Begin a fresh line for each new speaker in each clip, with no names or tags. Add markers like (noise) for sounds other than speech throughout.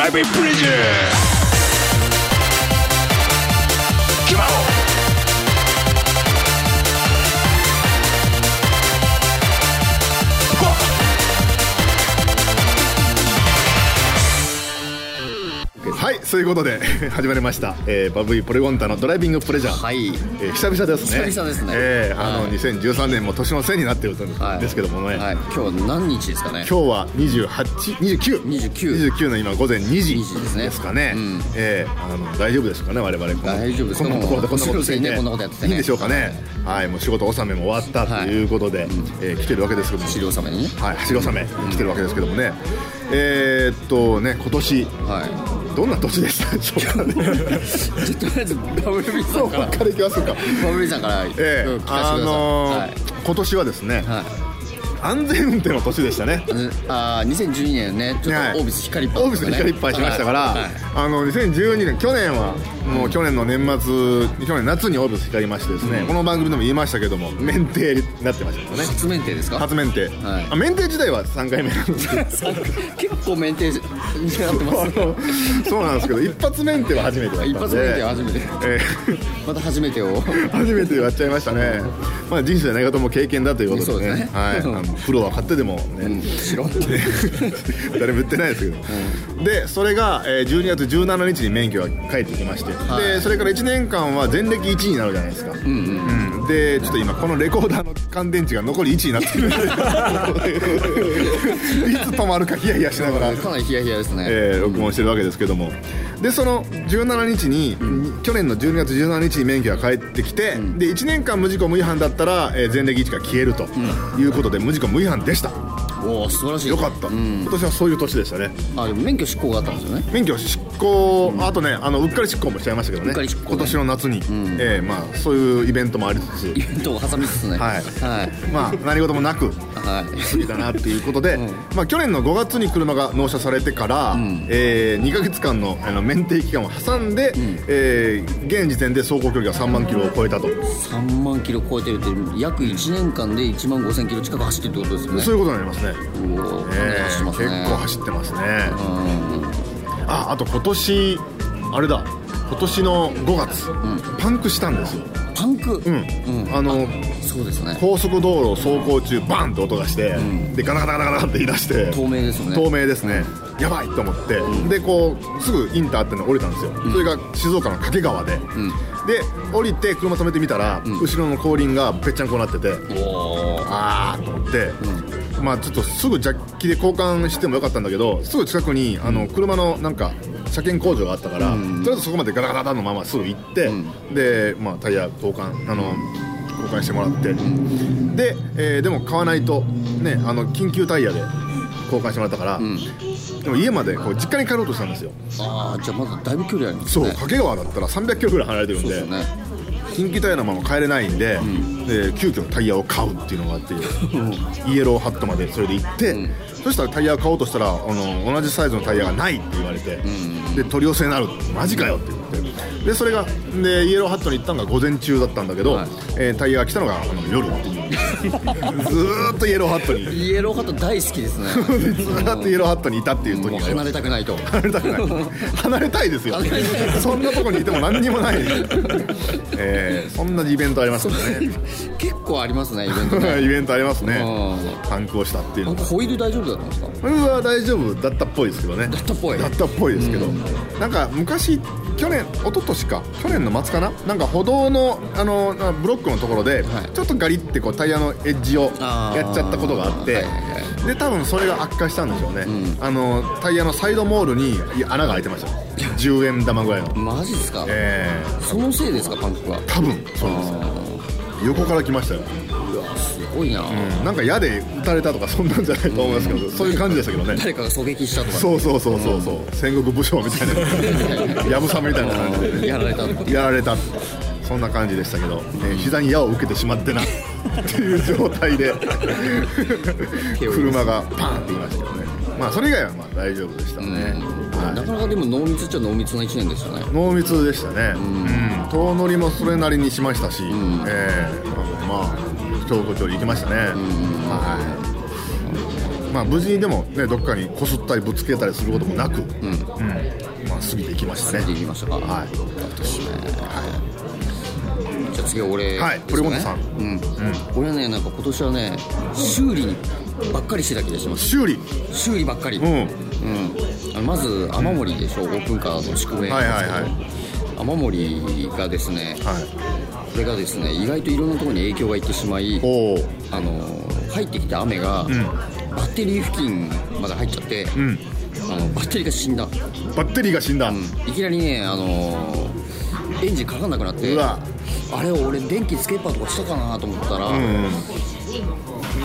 heavy bridges. Come on. Whoa.
はいそういうことで始まりました、えーバブイポリゴンタのドライビングプレジャー、
はい
えー久々ですね
久々ですね
えーあの
はい
2013年も年の瀬になってると思うんですけどもね、
はい、今日は何日ですかね
今日は2829
29
29の今午前2時
2時ですね
ですかね
うん
えーあの大丈夫ですかね我々この
大丈夫ですか
こんなところで
も
こ
うん
なことしていて
もうこんなことやってて
い
ね
いんでしょうかねはいもう仕事納めも終わったということでえー来てるわけですけども
資料納めにね
はい走り納め来てるわけですけどもねえーっとね今年
は
どんな年で
(laughs)
したでしょうかね
いちょっととりあえず WB さ
そ
ん
う
か
ばっ
ら
かりいきますか
WB さんからうん聞か
(laughs)
せてく
ええ
ださ
あ
い、
の
はい
ー今年はですね
はい
安全運転の年でしたね
あー2012年ねちょっ
はい
とオービス光りっぱい
オービスに光りっぱいしましたから、
はい
あの2012年去年はもう去年の年末去年夏にオービス光りましてですね、この番組でも言いましたけども免停になってましたよね
初免停ですか
初免停、
はい
あ免停自体は3回目なんですけど
(laughs) 結構免停になって
あ
ますね
の (laughs) そうなんですけど一発免停は初めてだったんで
一発免停は初めて
え
また初め
(laughs)
てを
ー初めてやっちゃいましたね、まあ、人生何事も経験だということ
そう
で
で
ね
すね
はい、あの
(laughs)
プロは買ってでもね、
知ろんって
(laughs) 誰も言ってないですけど、でそれが、えー12月17日に免許が返ってきまして、
はい
でそれから1年間は前歴1位になるじゃないですか、うんでちょっと今このレコーダーの乾電池が残り1になって
(laughs)
るんでいつ止まるかヒヤヒヤしながら、
かなりヒヤヒヤですね、
えー録音してるわけですけどもでその17日に、去年の12月17日に免許が返ってきて、で1年間無事故無違反だったら、えー前歴1が消えるということで、無事故無違反でした
おお素晴らしい
よかった、
うん
今年はそういう年でしたね
あでも免許執行があったんですよね
免許執行、あとねあのうっかり執行もしちゃいましたけどね
うっかり執行ね
今年の夏に、ええまあ、そういうイベントもありつつ
イベントを挟みつつね
はい
はい
まあ何事もなく
はい
過ぎたなっていうことで、まあ、去年の5月に車が納車されてから、え2ヶ月間のあの免停期間を挟んで、えー現時点で走行距離が3万キロを超えたと、
3万キロ超えてるって約1年間で1万5000キロ近く走ってるってことですよね
そういうことになりますね
おおかなり
ええ
走ってます
結
ね
構走ってますねああと今年あれだ今年の5月、パンクしたんですよ
パンク
うん、あの
そうですね
高速道路を走行中バンって音がして、でガラガラガラガラって言い出して
透明ですよね
透明ですね、やばいと思って、でこうすぐインターっての降りたんですよ、それが静岡の掛川で、で降りて車止めてみたら、後ろの後輪がぺっちゃんこうなってて
おー
あーと思って、まあちょっとすぐジャッキで交換してもよかったんだけどすぐ近くにあの車のなんか車検工場があったから、とりあえずそこまでガラガラガラのまますぐ行って、で、まあ、タイヤ交換あの交換してもらって、で、えーでも買わないとねあの緊急タイヤで交換してもらったから、でも家までこう実家に帰ろうとしたんですよ
ああじゃあまだだいぶ距離あります
そう
ね
掛川だったら3 0 0キロぐらい離れてるん
そう
で
ですよね
近畿タイヤのまま帰れないんで,、で急遽タイヤを買うっていうのがあってイエローハットまでそれで行って、そしたらタイヤを買おうとしたらあの同じサイズのタイヤがないって言われて、で取り寄せになるマジかよって言ってでそれがでイエローハットに行ったのが午前中だったんだけど、
はい
えータイヤが来たのがあの夜っていう (laughs) ずーっとイエローハットに
イエローハット大好きですね
ずーっとイエローハットにいたっていう時
もう
がありま
離
す
れたくないと
離れたくない離れたいですよ
離れた
そんなとこにいても何にもない、えーそんなイベントありますよね
結構ありますねイベント
(laughs)
ね
イベントありますね
う
パンクをしたっていうの
パンク
が
ホイール大丈夫だったんですか
これは大丈夫だったっぽいですけどねだ
だったっぽい
ったっぽいですけど、なんか昔去年一昨年か去年の末かななんか歩道のあのなブロックのところで、
はい
ちょっとガリってこうタイヤのエッジを
あー
やっちゃったことがあって、
はいはいは
で多分それが悪化したんでしょうね、あのタイヤのサイドモールにいや穴が開いてました10円玉ぐらいの
マジですか
ええ
そのせいですかパンクは
多分そうです横から来ましたよ、
うわすごいな
うんなんか矢で撃たれたとかそんなんじゃないと思いますけど、そういう感じでしたけどね
誰かが狙撃したとか
そうそうそうそうそう、戦国武将みたい (laughs) なやぶさみたいな感じ
やられたって
でやられたそんな感じでしたけど、えー膝に矢を受けてしまってなっていう状態 (laughs) で車がパンって言いましたけどねまあそれ以外はまあ大丈夫でしたね、はい
なかなかでも濃密っちゃ濃密な1年でしたね
濃密でしたね、うん遠乗りもそれなりにしましたし、ええまあ長距離行きましたね、はいまあ、無事にでも、ね、どっかにこすったりぶつけたりすることもなく、うんまあ、過ぎていきましたね
できましたか、
はい
じゃあ次は俺ですかね、
はい堀本さん
うん、俺はねなんか今年はね修理ばっかりしてた気がします
修理
修理ばっかり、
うん
うんあのまず雨漏りでしょオープンカーの宿命
はい
なん
は
で
いはい
すけど雨漏りがですね
はい
これがですね意外といろんなところに影響がいってしまい
おお
あの入ってきた雨が、バッテリー付近まで入っちゃって、
ん
あのバッテリーが死んだ、
バッテリーが死んだ、
いきなりねあのエンジンかかんなくなって
うわ
あれ俺電気つけっぱとかしたかなと思ったら、
うん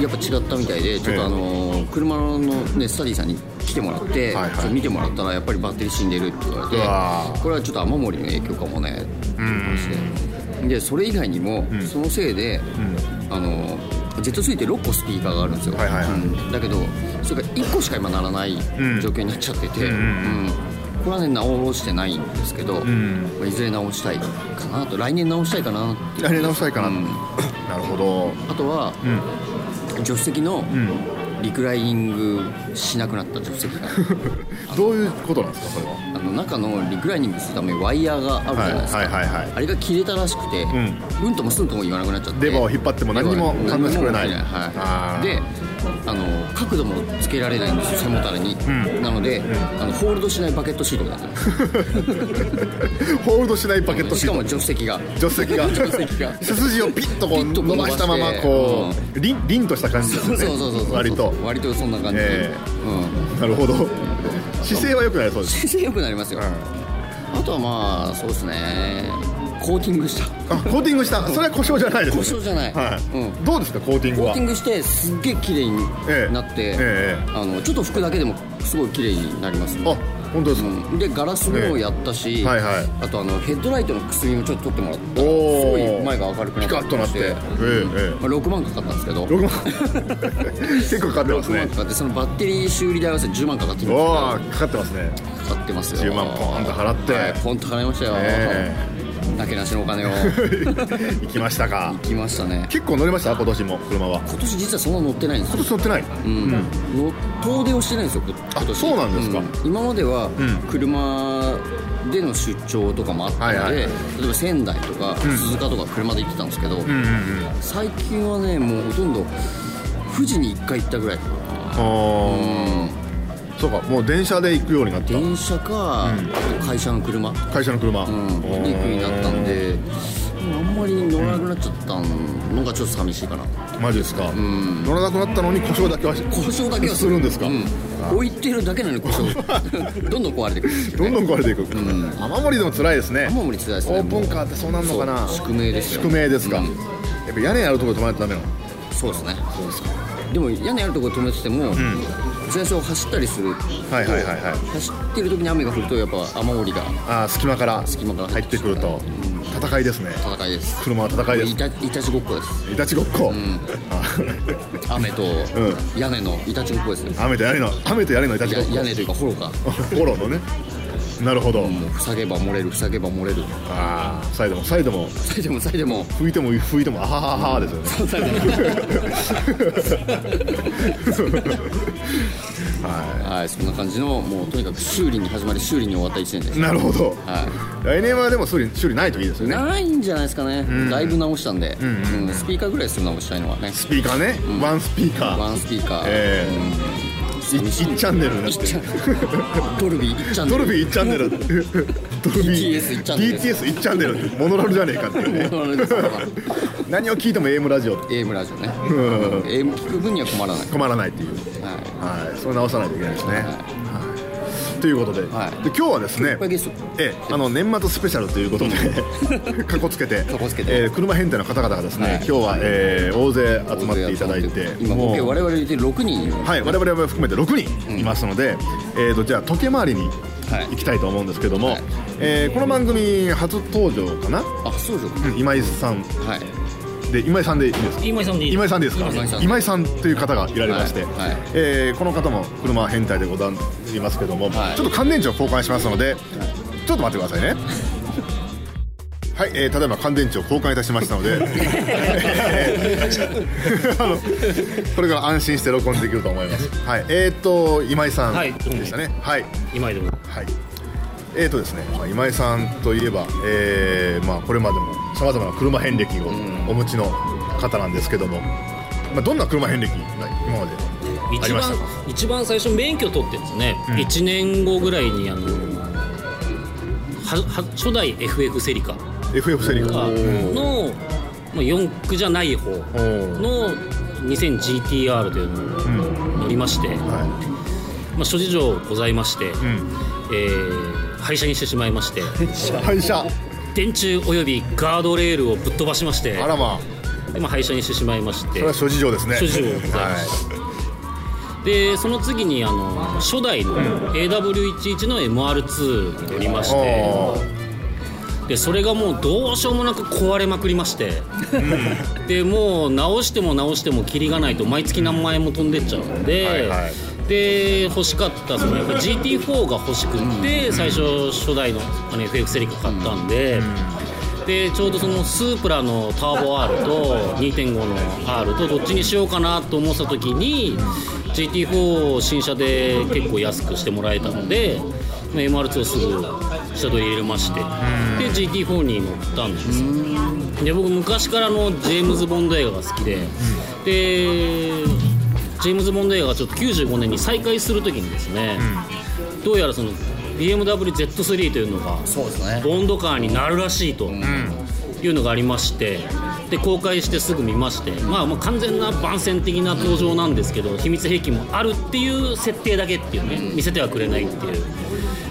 やっぱ違ったみたいでちょっとあの車のねスタディさんに来てもらって、
はいはい
ちょっと見てもらったらやっぱりバッテリー死んでるって言われ
うわ
てこれはちょっと雨漏りの影響かもねって話ででそれ以外にも、そのせいで、あのジェットスイーって6個スピーカーがあるんですよ、
はいはいはい
うんだけどそれが1個しか今ならない状況になっちゃってて、うんこれはね直してないんですけど、まあいずれ直したいかなと来年直したいかなっていう
あれ直したいかな、
うん
(coughs) なるほど
あとは、助手席のリクライニングしなくなった助手席が
どういうことなんですかそれは
あの中のリクライニングするためにワイヤーがあるじゃないですか、
はいはいはいはい
あれが切れたらしくて、うん、ともすんとも言わなくなっちゃって
レバーを引っ張っても何にも
レバーが
反応してくれない
何にも反応してくれ
あー
ないはい、であの角度もつけられないんですよ背もたれに、なので、あのホールドしないバケットシートになってます
ホールドしないバケットシ
し
ー
か
ト
も助手席が
助手席が
(laughs) 助手席が
背筋をピッとこ
ピ
う
ッとこ
伸
う
ばしたままこう凛凛、とした感じです
そ
よ
う
ね
そうそうそう
割と
割とそんな感じで、
え
うん (laughs)
なるほど姿勢は良くなりそうです
先生良くなりますよ、あとはまあそうですねコーティングした
あコーティングしたそれは故障じゃないです
故障じゃない
はい
うん
どうですかコーティング
コー
は
ティングしてすっげえ綺麗になって、
ええええ
あのちょっと拭くだけでもすごい綺麗になりますね
あ本当ですか、
うんでガラスもやったし、
ええはいはい
あとあのヘッドライトのくすみもちょっと取ってもらったら
お
す
ー
ごい前が明るくなった
ピカッとなってええええ
まあ、6万かかったんですけど
6万
(laughs)
結構かかってます
6万
ね
かかってそのバッテリー修理代合わせて10万かかってるんですけど
おおかかってますね (laughs)
買ってますよ
10万ポンと払って
はい、ポンと払いましたよ、
え
なけなしのお金を
行きましたか
行きまし
(laughs)
たね
結構乗りました今年も車は
今年実はそんな乗ってないんです
今
よ、
年乗ってない、
うんの遠出をしてないんですよこ今年
そうなんですか
うん今までは
ん
車での出張とかもあったので、
はいはい
例えば仙台とか鈴鹿とか車で行ってたんですけど、最近はねもうほとんど富士に1回行ったぐらい
あーそうかもう電車で行くようになった
電車か、会社の車
会社の車、
うん、
おー
リークになったんで、あんまり乗らなくなっちゃったのがちょっと寂しいかな、
マジですか、乗らなくなったのに故障だけは
故障だけは
するんですか、
うん、置いてるだけなのに故障、 (laughs) どんどん壊れてくるんですよ
ど
ね、
んどん壊れていく、雨漏りでも辛いですね
雨漏り辛いですね、
オープンカーってそうなんのかな
そう宿命ですよ
宿命ですか、
うん
やっぱ屋根あるところ止まないとダメなの
そうですね、
そうですか
でも屋根あるところ止めてても、前線を走ったりする、
はいはいはいはい
走ってる時に雨が降ると、やっぱ雨漏りが
ああ隙間から
隙間から
入ってくると戦いですね
戦いです、
車は戦いで
い
す
たいたちごっこです、
いたちごっこ、あ
雨と
う
屋根のいたちごっこですよ、
(laughs) 雨と屋根の雨と屋根のいたちご
や
っこ
屋根というか、ホロか。
フォローのねなるほど、
もう塞げば漏れる塞げば漏れる
ああサイドもサイドも
塞いでも塞いでも
拭いても拭いてもあははははですよね
塞い (laughs) でも
は
はいそんな感じのもうとにかく修理に始まり修理に終わった1年です
いなるほど、
は
来年はでも修理修理ないといいですよね
ないんじゃないですかね、だいぶ直したんで、うんスピーカーぐらいする直したいのはね
スピーカーね、ワンスピーカ
ワンスピーカー、
ええー、い
寂しい
1チャンネルになっ
一
て
チャ
る
ンドルビー1チャンネ
ド
ル
ルビー1チャンネルドルビー
BTS 一チャンネル
BTS1 チャンネルってモノラルじゃねえかっていうね
モノラルですモノラル
何を聞いても AM ラジオ
AM ラジオね、
ん
AM 聞く分には困らない、
困らないっていう
はい、
はい、それ直さないといけないですね。はい、ということで,、
はい
で今日はですね
っぱいゲスト、
ええ、あの年末スペシャルということで、
(laughs)
かっこつけて、
っこつけて
えー車変態の方々がですね、
はい
今日は、えー大勢集まっていただいて、
今
も
合
う
計我々で6人いる
はい、我々も含めて6人いますので、えー、とじゃあ時計回りに
はい
行きたいと思うんですけども、
はい
えーこの番組初登場かな、
あそうですよ
今井さん
はい
で今井さんでいいですか
今井さんでいい
今井さんですか
今井さん
今井さんという方がいられまして、
はいはい
えーこの方も車変態でございますけども、
はい
ちょっと乾電池を交換しますので、ちょっと待ってくださいねはい、えーただいま乾電池を交換いたしましたので (laughs) あのこれから安心して録音できると思いますはいえっ、と今井さ
はい
んでしたねはい、はい
今井でも
えーとですねまあ今井さんといえば、えーまあ、これまでもさまざまな車遍歴をお持ちの方なんですけども、まあ、どんな車遍歴が今まであ
一
りまし
番
たか
一番最初免許取ってですね、一1年後ぐらいにあのはは初代 FF セリカ
FF セリカ
がの、まあ、四駆じゃない方
おー
の 2000GTR というのを乗りまして、
は
まあ、諸事情ございまして、
いうん
えー廃車にしてしまい
(laughs)
まして
廃車
電柱およびガードレールをぶっ飛ばしまして
あらまあ
でまあ、廃車にしてしまいまし
そ
て
れは諸事情ですね
諸事情でござい
は
ますでその次にあの初代の AW11 の MR2 に乗りまし
い
て
おー
でそれがもうどうしようもなく壊れまくりましてでもう直しても直してもキリがないと毎月何万円も飛んでっちゃうので、
はいはい
で欲しかったそのやっぱり GT4 が欲しくって最初初代のあの FF セリカ買ったんで。でちょうどそのスープラのターボ R と2.5の R とどっちにしようかなと思ってた時に GT4 を新車で結構安くしてもらえたので MR2 をすぐシャドウ入れましてで GT4 に乗ったんですよで僕昔からあのジェームズ・ボンド映画が好きで、でジェームズ・ボンド映画がちょっと95年に再開するときにですね、どうやらその BMWZ3 というのが
そうですね
ボンドカーになるらしいというのがありましてで公開してすぐ見まして、まあ、もう完全な番宣的な登場なんですけど秘密兵器もあるっていう設定だけっていうね見せてはくれないっていう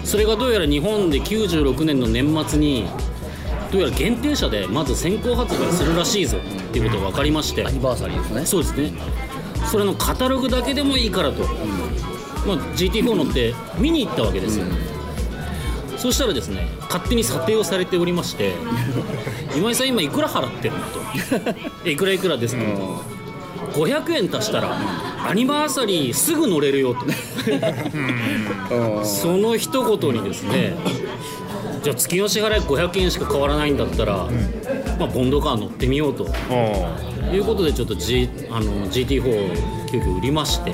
それがどうやら日本で96年の年末にどうやら限定車でまず先行発売するらしいぞっていうことが分かりまして
アニバーサリーですね
そうですねそれのカタログだけでもいいからと、まあ、GT4 乗って見に行ったわけですよ、そしたらですね勝手に査定をされておりまして今井さん今いくら払ってるのとえいくらいくらですかと500円足したらアニバーサリーすぐ乗れるよとその一言にですねじゃあ月の支払い500円しか変わらないんだったら、まあ、ボンドカー乗ってみようと
おー
ということでちょっと、G、あの GT4 を急遽売りまして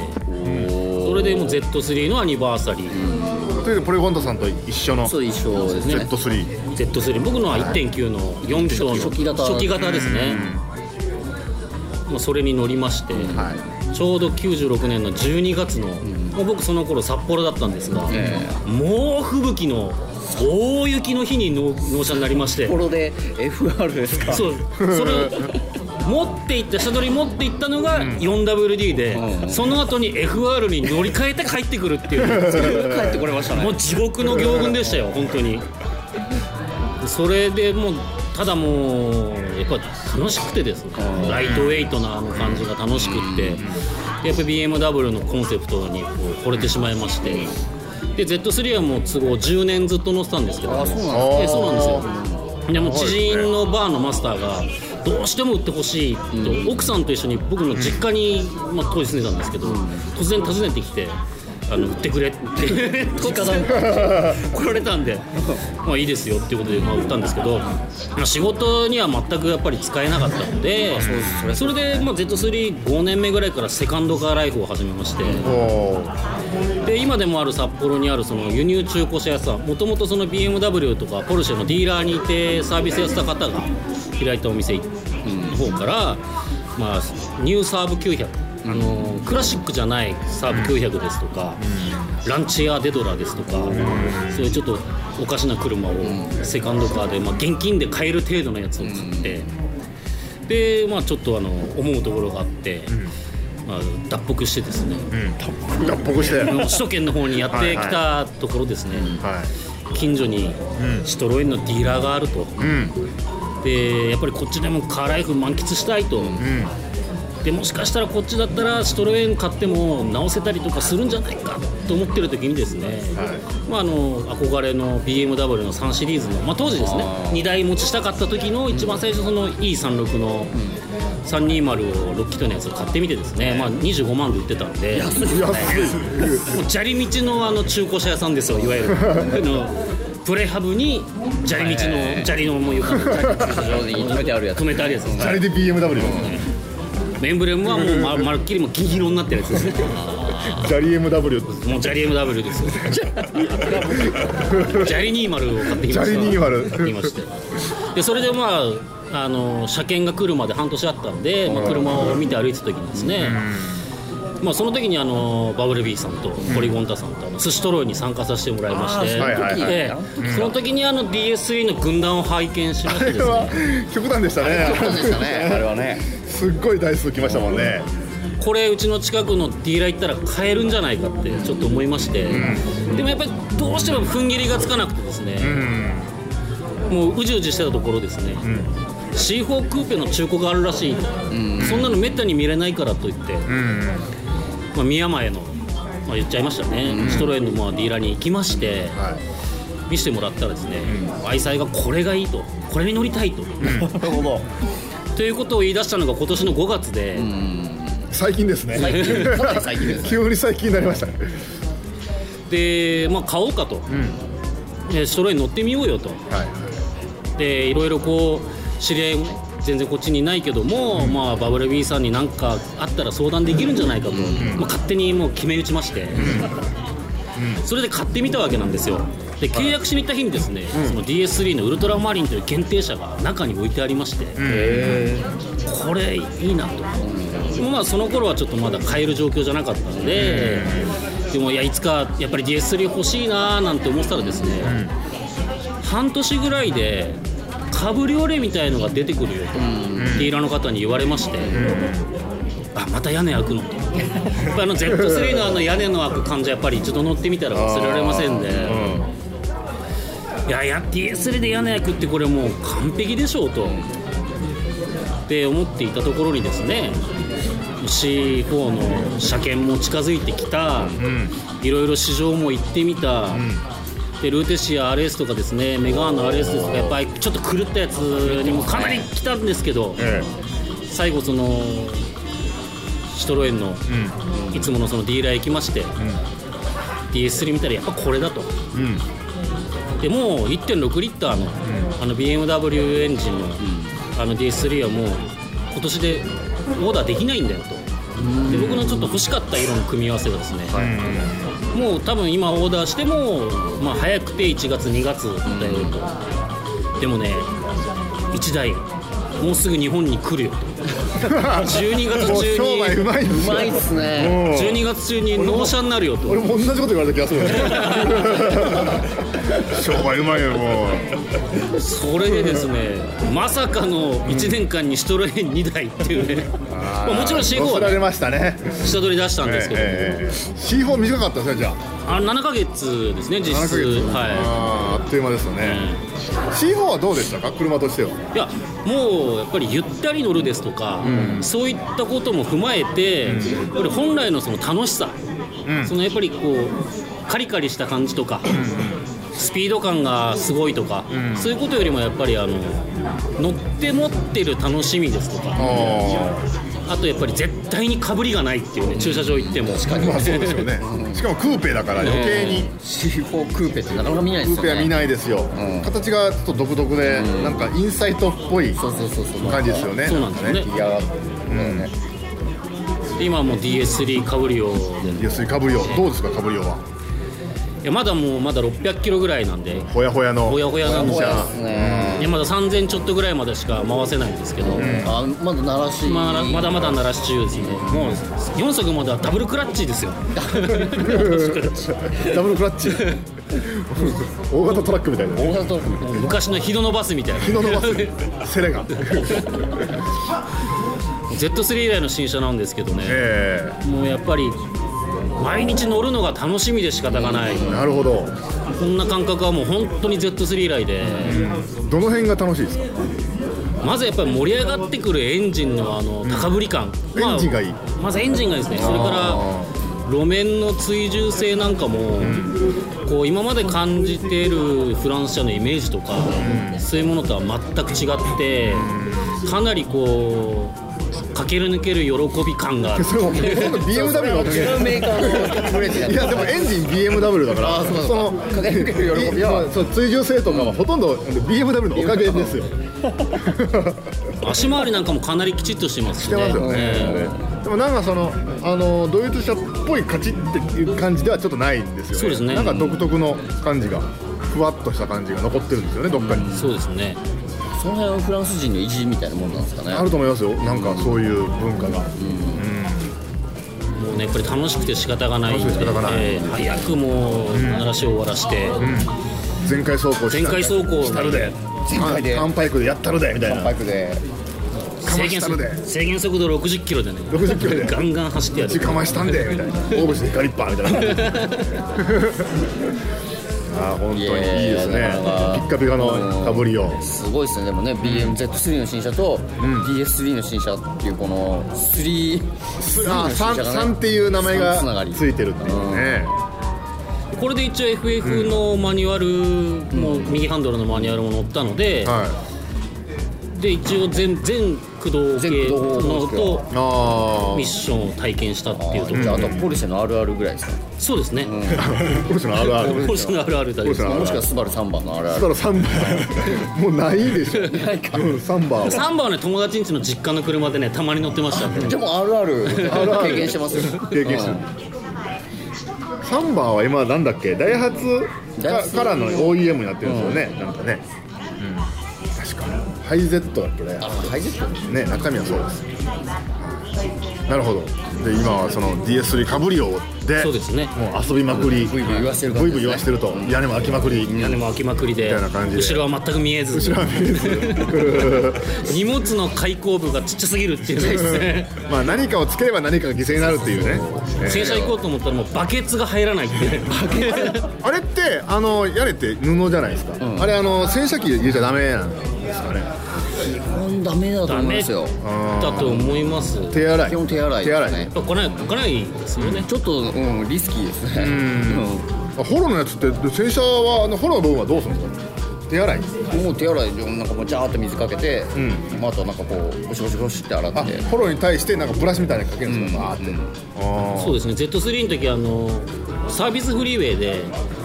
それでもう Z3 のアニバーサリー、
ということでポリゴンタさんと一緒の
そう一緒ですね
Z3
Z3 僕のは1.9の4気筒の
初期型
初期型ですね、まあ、それに乗りまして、
は
ちょうど96年の12月の、もう僕その頃札幌だったんですが、猛吹雪の大雪の日に納納車になりまして
ところで FR ですか
そうそれを持って行った下取り持って行ったのが 4WD で、
うん
その後に FR に乗り換えて帰ってくるっ
(laughs)
ていう
帰ってこれましたね
もう地獄の行軍でしたよ本当にそれでもうただもうやっぱ楽しくてですねライトウェイトなあの感じが楽しくってでやっぱ BMW のコンセプトにこう惚れてしまいましてで Z3 はもう都合10年ずっと乗ってたんですけど
あそうなん
おー
ええそうなんですよでもう知人のバーのマスターがどうしても売ってほしいと、奥さんと一緒に僕の実家に、まあ、当時住んでたんですけど、突然訪ねてきてあの売ってくれって (laughs) 突然来られたんでまあいいですよっていうことで、まあ、売ったんですけど、まあ、仕事には全くやっぱり使えなかったのでそれで、まあ、Z35 年目ぐらいからセカンドカーライフを始めまして。
おー
で今でもある札幌にあるその輸入中古車屋さんもともとその BMW とかポルシェのディーラーにいてサービスやってた方が開いたお店の方から、まあ、ニューサーブ900、あのクラシックじゃないサーブ900ですとか、ランチェアデドラですとか、そういうちょっとおかしな車をセカンドカーで、まあ、現金で買える程度のやつを買って。でまあ、ちょっとあの思うところがあって、まあ、脱北してですね、
脱北して
あの首都圏の方にやってきたところですね、
は
近所にシトロインのディーラーがあると、
いうん
でやっぱりこっちでもカーライフ満喫したいと、でもしかしたらこっちだったらシトロイン買っても直せたりとかするんじゃないかと思ってる時にですね、まあ、あの憧れの BMW の3シリーズの、まあ、当時ですね2台持ちしたかった時の一番最初その E36 の320を6気筒のやつを買ってみてですね、まあ、25万で売ってたんで
安い
(laughs)
もう砂利道のあの中古車屋さんですよいわゆるあのプレハブに砂利道
はいはいは
の
い
砂利の思い浮かぶ砂利の駐車場
常に (laughs) 止めてあるやつ
止めてあるやつです
砂利で BMW
エンブレムはもうままるっきりもう銀色になってるやつですね
砂利 MW
もう砂利 MW ですよ
(laughs)
砂利20を買ってきまし
砂
た
利20
買ってきましてでそれでまああの車検が来るまで半年あったんで、まあ、車を見て歩いてた時にですね、まあ、その時にあのバブルビーさんとポリゴンタさんとあの寿司トロイに参加させてもらいまし
あー
て、
はいはいはい
ええその時にあの DSE の軍団を拝見しまし
あ
て
れ
です
は
ね
極端でした
そうでした
ね
ね
あれはね
すっごい台数来ましたもんね
これうちの近くのディーラー行ったら買えるんじゃないかってちょっと思いまして、でもやっぱりどうしても踏ん切りがつかなくてですね、もううじうじしてたところですね、シーフォークーペの中古があるらしい、そんなのめったに見れないからといって、まあ、宮前の、まあ、言っちゃいましたね、シトロエンのまあディーラーに行きまして、
は
見せてもらったらですね、愛妻がこれがいいとこれに乗りたいと、
(laughs) なるほど
ということを言い出したのが今年の5月で、
い最近ですね
かなり最近です
急に最近になりましたね
で、まあ、買おうかと、でそれに乗ってみようよとでいろいろこう知り合いもね全然こっちにないけども、まあ、バブルビーさんに何かあったら相談できるんじゃないかと、まあ、勝手にもう決め打ちまして、 (laughs) それで買ってみたわけなんですよで契約しに行った日にですね、その DS3 のウルトラマリンという限定車が中に置いてありまして、これいいなと、まあその頃はちょっとまだ買える状況じゃなかったんで、でもいやいつかやっぱり DS3 欲しいなーなんて思ってたらですね、半年ぐらいで株料理みたいのが出てくるよと、ディーラーの方に言われまして、あまた屋根開くのとやっぱあの Z3 のあの屋根の開く感じはやっぱり一度乗ってみたら忘れられませんで、いやいや DS3 で屋根焼くってこれもう完璧でしょうと、って思っていたところにですね C4 の車検も近づいてきた、いろいろ市場も行ってみた、でルーテシア RS とかですねメガーンの RS とかやっぱりちょっと狂ったやつにもかなり来たんですけど、最後そのシトロエンの、いつものそのディーラー行きまして、DS3 見たらやっぱこれだと。でもう1.6リッターの,、あの BMW エンジンの,、あの DS3 はもう今年でオーダーできないんだよとで僕のちょっと欲しかった色の組み合わせがですね、もう多分今オーダーしても、まあ、早くて1月2月だよと、でもね1台もうすぐ日本に来
(laughs)
るよと12月
もう
中
商売う
に
まいんです
う
よ
まいっすね
うん
12月中に納車になるよと
俺も同じこと言われた気がする商売うまいよもう
それでですね、まさかの1年間にシトロエン2台っていうね、まあ、もちろん C4
乗
は
せら
ね
れましたね
下取り出したんですけど、
ええええええ C4 短かったですねじゃあ
あの7ヶ月ですね、実
7ヶ
質、
月、
は
あーあっという間ですよ
い、
ね、C4 はどうでしたか車としては、
いや、もうやっぱりゆったり乗るですとか、そういったことも踏まえて、やっぱり本来のその楽しさ、そのやっぱりこう、カリカリした感じとか、スピード感がすごいとか、そういうことよりもやっぱりあの、乗って持ってる楽しみですとか。
あ
あとやっぱり絶対にかぶりがないっていうね駐車場行っても
あまあそうですよねしかもクーペだから余計に
C4 クーペってなかなか見ない
ク
です
ーペ
よ
は見
ね
ないですよ、
うん
形がちょっと独特で、なんかインサイトっぽい
そうそうそうそう
感じですよね
そうなんですよね
か
いやね
今はもう DS3 かぶりを
いやそれかぶりをどうですかかぶりをはい
やまだもうまだ600キロぐらいなんで
ほやほやの
ほやほやなんです
そう
よ
ですね
いやまだ3000ちょっとぐらいまでしか回せないんですけど、
あまだ鳴らし
まあ、まだまだ鳴らし中ですねもう4足まではダブルクラッチですよ
ダブルクラッチ大型トラックみたいな
大型トラックみたいな
昔のヒドのバスみたいな
日の伸ばすセレ
(laughs)
が
Z3 以来の新車なんですけどね、
え
もうやっぱり毎日乗るのが楽しみで仕方がない、
えなるほど
こんな感覚はもう本当に Z3 以来で、
どの辺が楽しいです
(laughs)
か
まずやっぱり盛り上がってくるエンジンのあの高ぶり感、
エンジンがいい
まずエンジンがいいですねそれから路面の追従性なんかも、こう今まで感じているフランス車のイメージとか、そういうものとは全く違って、かなりこう駆け抜ける喜び感がある
それも今度 BMW がかけ
違
る
うメーカーのプレゼ
いやでもエンジン BMW だから
あーそうなんだ
の
駆け抜ける喜びはい
そう追従性とかはほとんど BMW のおかげですよ
足回りなんかもかなりきちっとしてますし
して
ね
ますよね
え
でもなんかそのあのドイツ車っぽいカチッっていう感じではちょっとないんですよね
そうですね
なんか独特の感じがふわっとした感じが残ってるんですよねどっかに、
えそうですね
その辺はフランス人の意地みたいなもんなんですかね
あると思いますよなんかそういう文化が、
もうねやっぱり楽しくて仕方がないん
楽しくて
で
仕方がない
ええ早くもう話を終わらして、
全開走行した
全開走行
したるで
全開で
アンパイクでやったるでみたい
バ
な
イクで
かま
制
し
限
たるで
速制限速度60キロでね
60キロで
ガンガン走ってやる
ちかましたんでみたいな大節で光っぱみたいなあー本当にいいですね
いやなかなか
ピッカピカのかぶりを
すごいですねでもね BMZ3 の新車と DS3 の新車っていうこの3
あ
三
三三っていう名前
つなが
が
り
ついてるっていうね
これで一応 FF のマニュアルも、右ハンドルのマニュアルも載ったので、
はい
で一応全全駆動系
全駆動
のと
あ
ミッションを体験したっていうとこ
じゃあ
ろ、
あとポルシェの RR ぐらいですか
そうですね、
あポルシェのあるある
ポルシェのあるあるだけです
ポルシェのあるある
もしくはスバル3番
そ
の
した
RR
らサンバもうないでしょうんサンバは
サンバはね友達ん家の実家の車でねたまに乗ってましたね
でも RR 経験してますよ
経験してるサンバは今なんだっけダイハツ
ダイハ
か
ツ
からの OEM になってるんですよねなんかね確かにハイゼットだっけね
あハイジェット
ね中身はそうですなるほどで今はその DS3 かぶりをで
そうですね
もう遊びまくり
ブイブイ言わせる感
ブイ
じ
ブイ
ですね
言わしてると屋根も開きまくり
屋根も開きまくりで
みたいな感じで
後ろは全く見えず
後ろは見えず
荷物の開口部がちっちゃすぎるっていうね
(laughs) まあ何かをつければ何かが犠牲になるっていうねね
洗車行こうと思ったらもうバケツが入らないっていう
あれってあの屋根って布じゃないですか、あれあの洗車機入れちゃダメなんですかね
ダメだと
ダ
思い
メ
ますよ
だと思いますやっ
手洗い
基本手洗い
手
で
洗い
すね
ぱ来ない来ないですよね
ちょっとうんリスキーですねうん
あホロのやつって洗車はあのホロの部分はどうするんですか手洗い
もう手洗いでなんかもうジャーって水かけてまああとはなんかこうゴシゴシゴシって洗っ
あ
て
ホロに対してなんかブラシみたいなのかけるんですか、バーって、あー
そうですね Z3 の時あのサービスフリーウェイで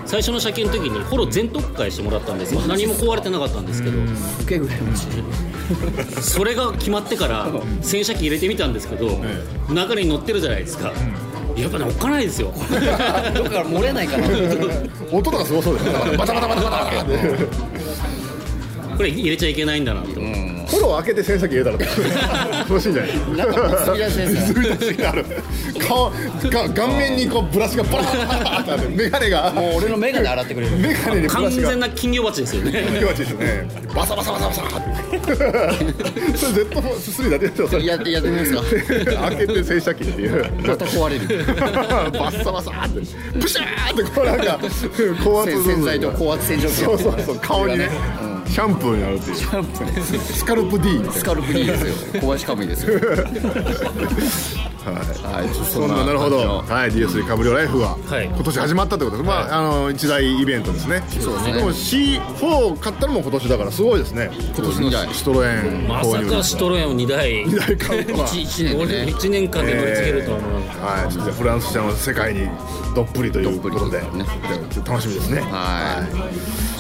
最初の車検の時にホロ全特会してもらったんですよ何も壊れてなかったんですけど
受けぐらいまし
それが決まってから洗車機入れてみたんですけど中に乗ってるじゃないですかやっぱね置かないですよ
たどっから漏れないかな
音とかすごそうですねバタバタバタバタバタって
これ入れちゃいけないんだなと
フォロー開けて洗車機入れたら楽しいんじゃない
なんか水出しですね
水出しがある顔が顔面にこうブラシがバーッてあるメガネが
もう俺の眼鏡洗ってくれる
メガネにブ
完
ラシが
全な金魚鉢ですよね
気持ちいいですねバサバサバサバサってそれ Z3 だけですよそれ
やってやってみますか
開けて洗車機っていう
また壊れる
バッサバサってブシャーってこうなんか高圧
せ洗剤と高圧洗浄機
そうそうそう顔にねシャンプーになるっていうシャンプースカルプ D みたいな
スカルプい
(laughs)
いですよ小林カムイですよはい
そんななるほど、はい、DS3 かぶりょライフは
はい
今年始まったってことです、まあ、あの一大イベントですね
そうですね
でも C4 を買ったのも今年だからすごいですね今
年の
シトロエン
まさかシトロエンを2台
2台買うとは
一年でね
1年間で乗りつけるとは思う
えーはい、ちょっとフランス車の世界にどっぷりということで
どっぷりという
で楽しみですね
はい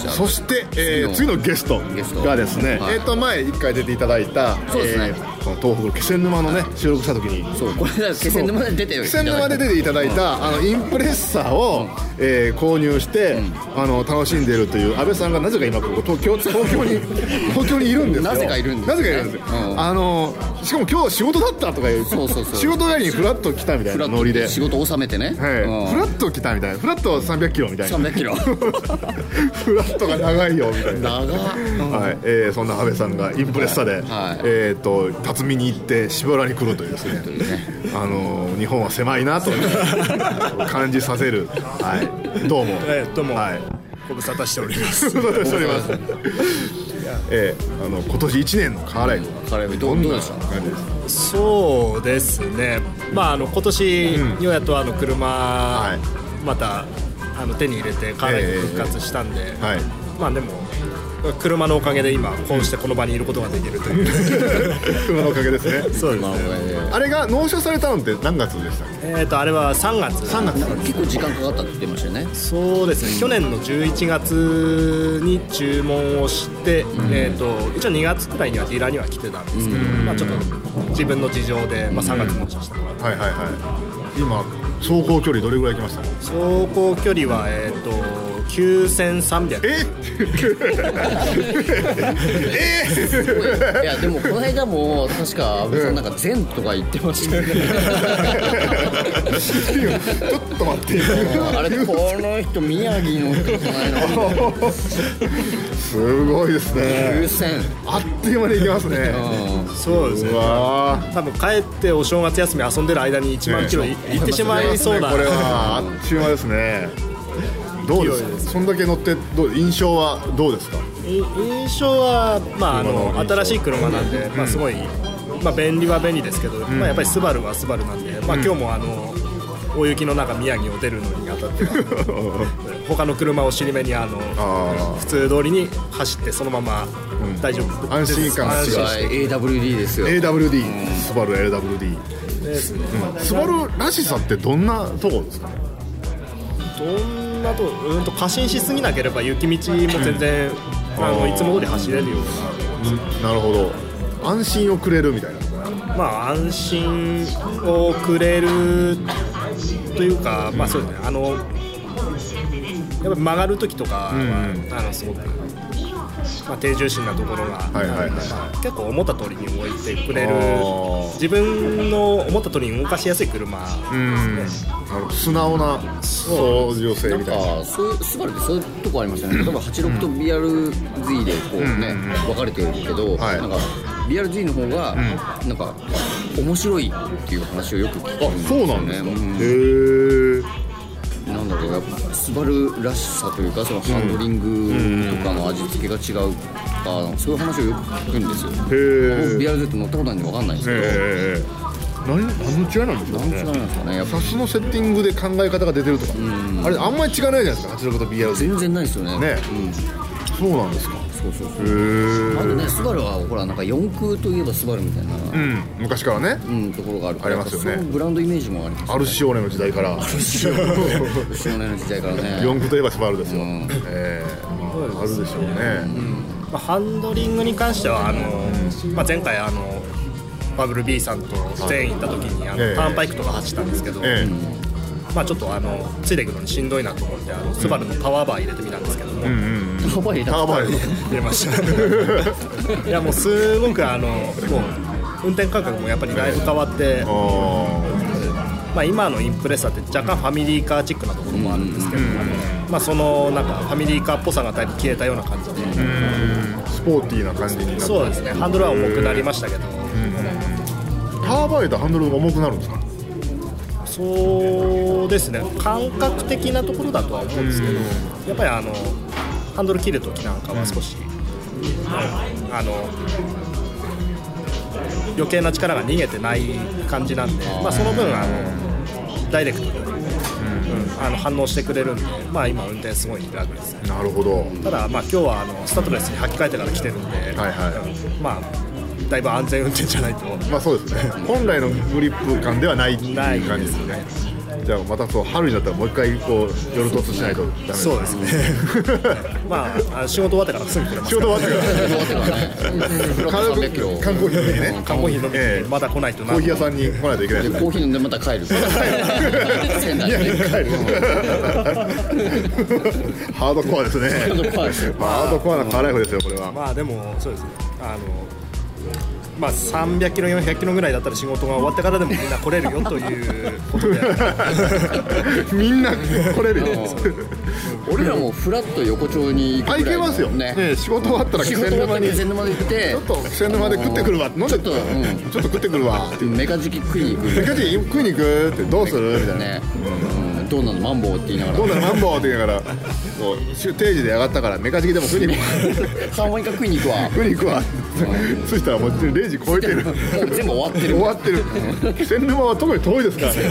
じゃあ
そして、えー
次
次のゲスト
ゲスト
がですね、
はい
えっ、と前一回出ていただいた
そうです
え
ね
ーこの東北の気仙沼のね収録した時に
そうこれだ気仙沼で出て
気仙沼で出ていただいた、あのインプレッサーを、えー購入して、あの楽しんでいるという安倍さんがなぜか今ここ東京東京
(laughs)
に東京にいるんですよ
なぜかいるんですね
なぜかいるんですよ、
うん
あのしかも今日仕事だったとか言う
そうそうそう
仕事帰りにフラッと来たみたい
フ
な
ラ
ノリ
ッ
で
と仕事収めてねうん
はい、フラット来たみたいなフラット300キロみたいな
300キロ
フラットが長いよみたいな
長っ
はいえーそんな阿部さんがインプレッサで、
はい
えー、と辰巳に行って渋原に来るというですねあのー日本は狭いなという感じさせる、はい、どうも、
えどうも
はい、
ご無沙汰しております。
そうでますえーあの今年1年のカーライフ
カレーどうどうでした
感じですか
(laughs) そうですね。まああの今年、ようやっとあの車、
い
またあの手に入れてカーライフ復活したんで、
はい
まあでも車のおかげで今こうしてこの場にいることができるという
車のおかげですね
そうですね
あれが納車されたのって何月でしたっけ
えっとあれは3月
3月
なんか結構時間かかったって言ってましたよね
そうですね、去年の11月に注文をして、えー、と一応2月くらいにはディーラーには来てたんですけど、まあ、ちょっと自分の事情で、まあ、3月納車したから、
はいはいはい今走行距離どれぐらい行きました
走行距離は、えー、と9300
え (laughs)
いやでもこの間も確か安倍さんなんか善とか言ってました
(laughs)
よね
ちょっと待って
あれこの人宮城の人じ
(laughs)
ゃないの
すごいですね
9000
あっという間に行きますね
そうです
う
ね
わ
多分帰ってお正月休み遊んでる間に1万キロい行ってしまいそうな
これはあっちゅう間ですねどうですかそんだけ乗ってどう印象はどうです (laughs) か
い印象は、まあ、あ
車の
の
印象
新しい車なんで、まあ、すごい、まあ、便利は便利ですけど、まあ、やっぱりスバルはスバルなんで、まあ、今日もあの大雪の中宮城を出るのにあたっては他の車を尻目にあの
あ
普通通りに走ってそのまま
ん
大丈夫
安心感
安
違
心
う
して
AWD ですよ
AWD スバル AWD
ですね
スバルらしさってどんなとこですか
どんなとうーんと過信しすぎなければ雪道も全然あのいつも通り走れるような
なるほど安心をくれるみたいな
まあ、安心をくれるというか、まあそうですね、あのやっぱり曲がる時とかは、
う
あのすごく、まあ、低重心なところが、
はいはいはい
まあ結構思った通りに動いてくれ
あ
る
ー
自分の思った通りに動かしやすい車ですね。
なるほど素直なそう女性
なん
みたいな
かそういうスバルってそういうとこありますよね例えば86と BRZ でこうね分かれてるけど
はい
なんか BRZ の方がなんか面白いっていう話をよく聞くんです
そう
よ
なんですか、
うん
へえ
なんだろうやっぱスバルらしさというかそのハンドリングとかの味付けが違うとかそういう話をよく聞くんですよ
へー
BRZ 乗ったことないんで分かんないんですけど
ええ何何の違いなんでしょう
何違い
ね
なんですかねやっぱ
サスのセッティングで考え方が出てるとかあれあんまり違わないじゃないですか86と BR
全然ないですよね
ね
うん
そうなんですかへ
そうそうそうなんで
え
ねスバルはほらなんか四駆といえばスバルみたいな
うん昔からね
うん、ところがあるから
ありますよね
やっぱそのブランドイメージもあります
アルシオーネの時代から
少年の時代からね
四駆といえばスバルですよ、
うん
ええまああるでしょうね、
まあハンドリングに関してはあの、まあ、前回あのバブル B さんと全員行った時にあの、
ええ
ターンパイクとか走ったんですけど、
ええ
まあ、ちょっとあのついていくのにしんどいなと思ってあのスバルのパワーバー入れてみたんですけども、
ターバイン
ターバイン
入れました (laughs) いやもうすごくあのもう運転感覚もやっぱりだいぶ変わって、
あ
まあ、今のインプレッサーって若干ファミリーカーチックなところもあるんですけど、まあ、そのなんかファミリーカーっぽさがだいぶ消えたような感じで、
あスポーティーな感じになって
そうですねハンドルは重くなりましたけど、
ターバインとハンドルが重くなるんですか
そうですね感覚的なところだとは思うんですけど、やっぱりあのハンドル切るときなんかは少し、あの余計な力が逃げてない感じなんで、まあ、その分あのダイレクトに、うんあの反応してくれるんで、まあ、今運転すごい楽ですね
なるほど
ただまあ今日はあのスタッドレスに履き替えてから来てるんで、
はいは
まあだいぶ安全運転じゃないと
まあそうですね本来のグリップ感ではないっていう
ない
感じ
で
ですすよ
ね
ねじゃあまたそう春になったらもう一回こう夜突しないとダメですね
そうですねまああの仕事終わってからすぐ来れます
仕事終わってから
観光300キロ
観光費でね
缶コーヒー飲みに
ええ
まだ来ないとな
コーヒー屋さんに来ないといけないで
で
ね
すコーヒー飲んでまた帰る
(laughs)
仙台ね
帰るハードコアですね
ードコアですよ
まあハードコアなカーライフですよこれは
まあでもそうですねあのまあ300キロ400キロぐらいだったら仕事が終わってからでもみんな来れるよということで
みんな来れるよ
俺らもフラッと横丁に行
あ
く
行
ぐら
け
いの
ますよ、ね
ね
え仕事終わったら気
仕事
仙
終わ
沼
った
に
ら
ち
気仙沼で行って
ょっと気仙沼で食ってくるわ飲んで
ちょっとうん
ちょっと食ってくるわ
メカジキ食いに行く
でガチ食いに行くってどうするみたいな
ね、うんどうなのマンボウって言いなが
ど
ら
うなのマンボウって言いながらこう定時で上がったからメカジキでも食いに行こ
ハーモニカ食いに行くわ
う食いに行くわそしたらもう0時超えてる
もう全部終わってる
終わってる線沼は特に遠いですからね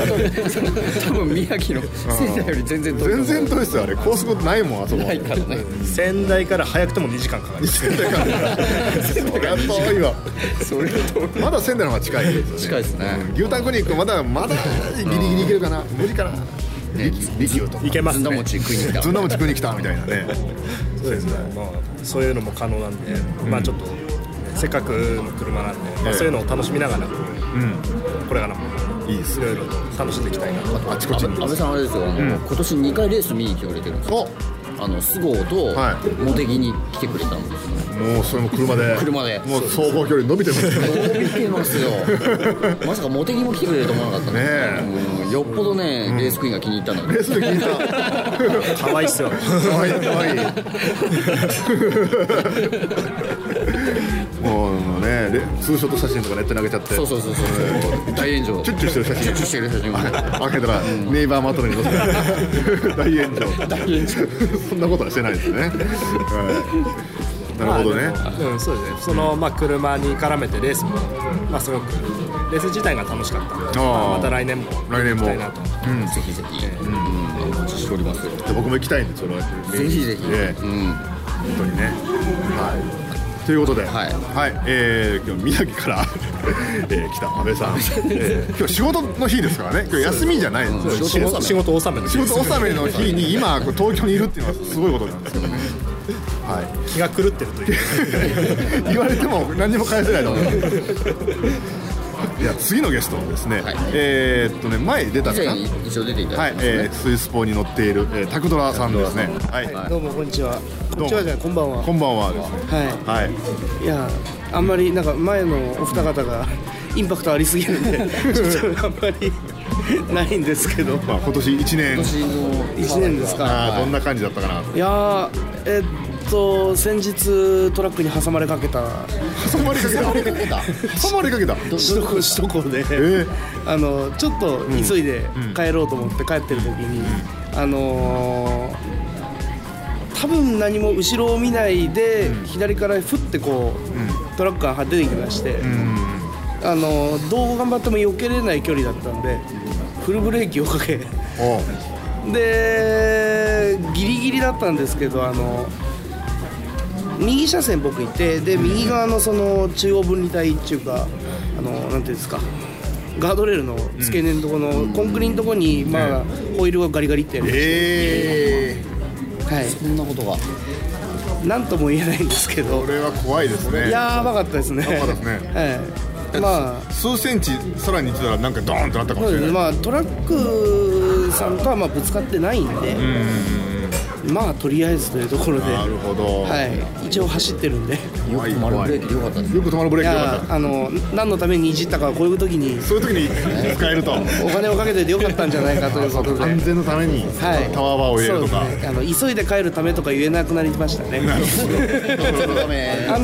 (laughs) 多分宮城の仙台より全然遠いと
全
思う
然遠いですよあれ高速ないもんあそこ
ないからね
仙台から早くても2時間かかる
仙台からそりゃ遠いわ
それと
まだ仙台の方が近い
(laughs)
ですよね
近いですね
牛タン食いに行くまだまだギリギリ行けるかな無理かな力力をと
いけま
ず
す
んだ
ね
餅食いに来た
ずんだ餅食いに来たみたいな (laughs) ね
そうですね、まあ、そういうのも可能なんで、まあちょっと、ねせっかくの車なんで、ま
ええ
あ、そういうのを楽しみながら、これからも
いいです
い
ね
ろいろと楽しんでいきたいなと
あちこちに
安倍さんあれですよ、あの今年2回レース見に来てくれてるんですよあの菅生と
はい
茂木に来てくれたんですよ
もうそれも車で
車で
もう走行距離伸びてますね
見てま
(laughs)
すよまさか茂木も来てくれると思わなかったんで
ね
うんよっぽどねレースクイーンが気に入ったんだ
レー
け
スで聞いた
可愛いっすよ
かわいいかわいいもうねレツーショット写真とかネットに上げちゃって
どそうそうそうそう大炎上
チュッチュしてる写
チュ
真
ッチュしてる写真が
開けたらネイバーまとめに載せて (laughs) 大炎上大炎上そんなことはしてないですね、はい、なるほどね、
まあでもうん、そうですねその、まあ、車に絡めてレースも、まあ、すごくレース自体が楽しかったんで、
あー
まあまた来年も
来年も
行きたいなと
うん
ぜひぜひうんお待ちしておりますよ
で僕も行きたいんですよぜ
ぜひぜひ
ええ
うん
本当にねはいということで、
はい
えー今日宮城から (laughs) えー来た安倍さん、えー今日仕事の日ですからね今日休みじゃないんですよ
仕事仕事納めの
仕
日
事納めの日に今こう東京にいるっていうのはすごいことなんですけどねはい
気が狂ってるという
言われても何にも返せないと思う。いや次のゲストはですね、
はい
えーっとね前出た
以
かな、
前一応出てい
は
ただ
い
き、ました
え
ね
ー、スイスポーに乗っている、えー、タクドラさんですね。はい、
どうもこんにちは。こんにちはじゃないこんばんは。
こんばんはですね。
は
はい、
い。いやあんまりなんか前のお二方がインパクトありすぎる
(laughs)
んでちょっとあんまりないんですけど。
まあ今年一年、
今年の
一年ですか。
あーどんな感じだったかな。
いやーえっと先日トラックに挟まれかけた
挟まれかけた。挟まれかけた。挟まれかけた。
首都高首都高で、
え
あのちょっと急いで帰ろうと思って帰ってる時に、あのー多分何も後ろを見ないで、左からふってこう、トラックが出てきまして、あのーどう頑張っても避けれない距離だったんでフルブレーキをかけ
おう
でギリギリだったんですけどあの右車線僕いてで右側のその中央分離帯っていうかあのなんていうんですかガードレールの付け根のところのコンクリのところに、まあ、ホイールがガリガリってやる、
えー、
はい、
そんなことが
なんとも言えないんですけど
これは怖いですね。
やばかったですね
ばかったですね
はい、まあ
数センチさらに行ってたらなんかドーンとなったか
そ
もし
うで
れ
す
な
ね
い。
まあ、トラックさんとはまあぶつかってないんでまあとりあえずというところで、
なるほど。
はい、一応走ってるんで
よく止まるブレーキでよかったです
よく止まるブレ
い
ーキよか
や
った。
あの何のためにいじったかはこういう時に
そういう時に使えると。
お金をかけといてよかったんじゃないかということで、
安全のために
はい、
タワーバーを入れるとか、
そうですねあの急いで帰るためとか言えなくなりましたね安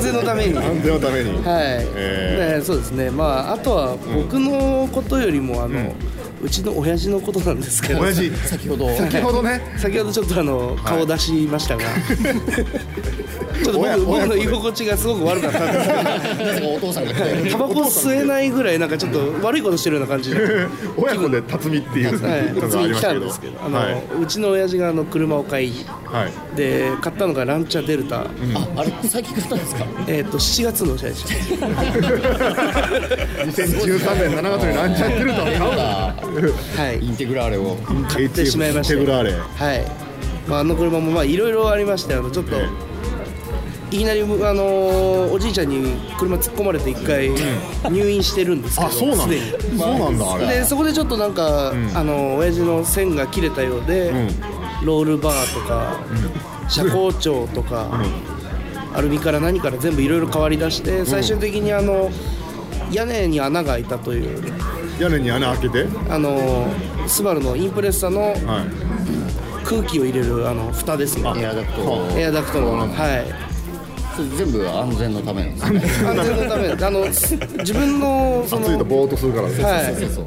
全のためにはい、
安全のために、え
でそうですねまああとは僕のことよりもあの、うちの親父のことなんですけど
親父
先ほど
先ほどね
先ほどちょっとあの顔出し
(laughs)
ましたが、ちょっと
親
僕僕
親子
の
で
居心地がすごく悪かったんです
(laughs)
けど
なぜかお父さんが来て
タバコ吸えないぐらいなんかちょっと悪いことしてるような感じで、はい、
親子で辰巳っていう (laughs) の
普通
があり
に
ま
来
したたけ
ん
ど
ですけど、あの
はいう
ちの親父があの車を買い
はい
で買ったのがランチャーデルタ、
ああれ最近買ったんですか
えっ、と7月の車でした
2013年7月にランチャーってると
はい
インテグラーレを
買ってしまいました
テグラーレ
はい、まあ、あの車もまあいろいろありましてあのちょっと、
え
いきなり、あのーおじいちゃんに車突っ込まれて一回入院してるんですけど
あそうなんだ
すでに
そうなんだあれ
でそこでちょっとなんか、あの親父の線が切れたようで、ロールバーとか、車高調とか、アルミから何から全部いろいろ変わりだして最終的にあの屋根に穴が開いたという
屋根に穴開けて
あのスバルのインプレッサの
はい
空気を入れるあの蓋ですね
エアダクトを
エアダクトのはい
それ全部安全のためなんですね
安全のためあのす自分のそ
暑いと
の
ぼーっとするからね
はい
そうそう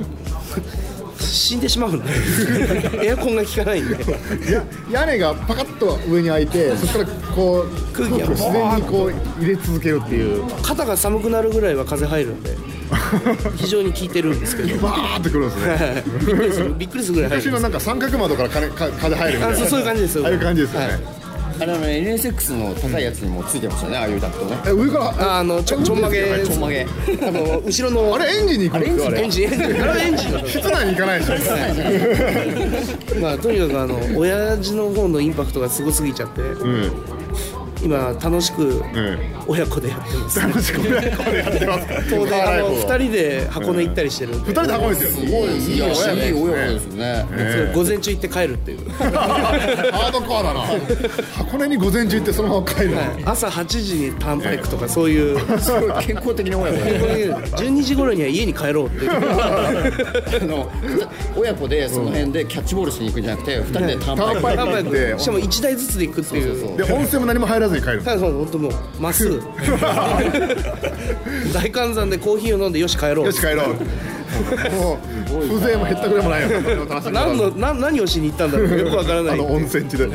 死んでしまうんで (laughs) エアコンが効かないんで
や屋根がパカッと上に開いてそこからこう
空気が
自然にこう入れ続けるっていう
肩が寒くなるぐらいは風入るんで非常に効いてるんですけど
バーってくるんですね
びっくりするびっくりするぐらい入
昔
るん
の
です
なんか三角窓から風か風入るみたい
あ
な
そうそういう感じです
ああいう感じですよね、
はい
あれあの NSX の高いやつにもついてましたね、ああいうダクトね
え上から
ああのちょちょんまげ
ちょんまげ
あの後ろの
あれエンジンに行くんですよあれ
エンジンエンジンあれエンジン
室内に行かないでしょ
まあとにかくあの親父の方のインパクトがすごすぎちゃって
うん
今楽しく
うん
親子でやってます
楽しく親子でやってますから
そうであの2
人
人で箱根行ったりしてるん
二
で、
人で運ぶんですよすごいです
い
よ
や
ね
いい親子ですよ
(laughs)
ね
そう午前中行って帰るっていう
ハードコアだな箱根に午前中行ってそのまま帰るの
朝8時にターンパイクとかそういう
健康的な親子ね
12時頃には家に帰ろうって
あの親子でその辺でキャッチボールしに行くんじゃなくて2人でターンパイ
ター
ク
ター
ン
ン
パ
パ
イ
イ
ク
クしかも1台ずつで行くっていう
そうそう
で温泉も何も入らずに帰る
ただそう本当もうまっすぐ大観山でコーヒーを飲んでよし帰ろ
よし帰
う
ろうもう風情もへったくれもないよ
何のな何をしに行ったんだろうよくわからな
あの
い
温泉地で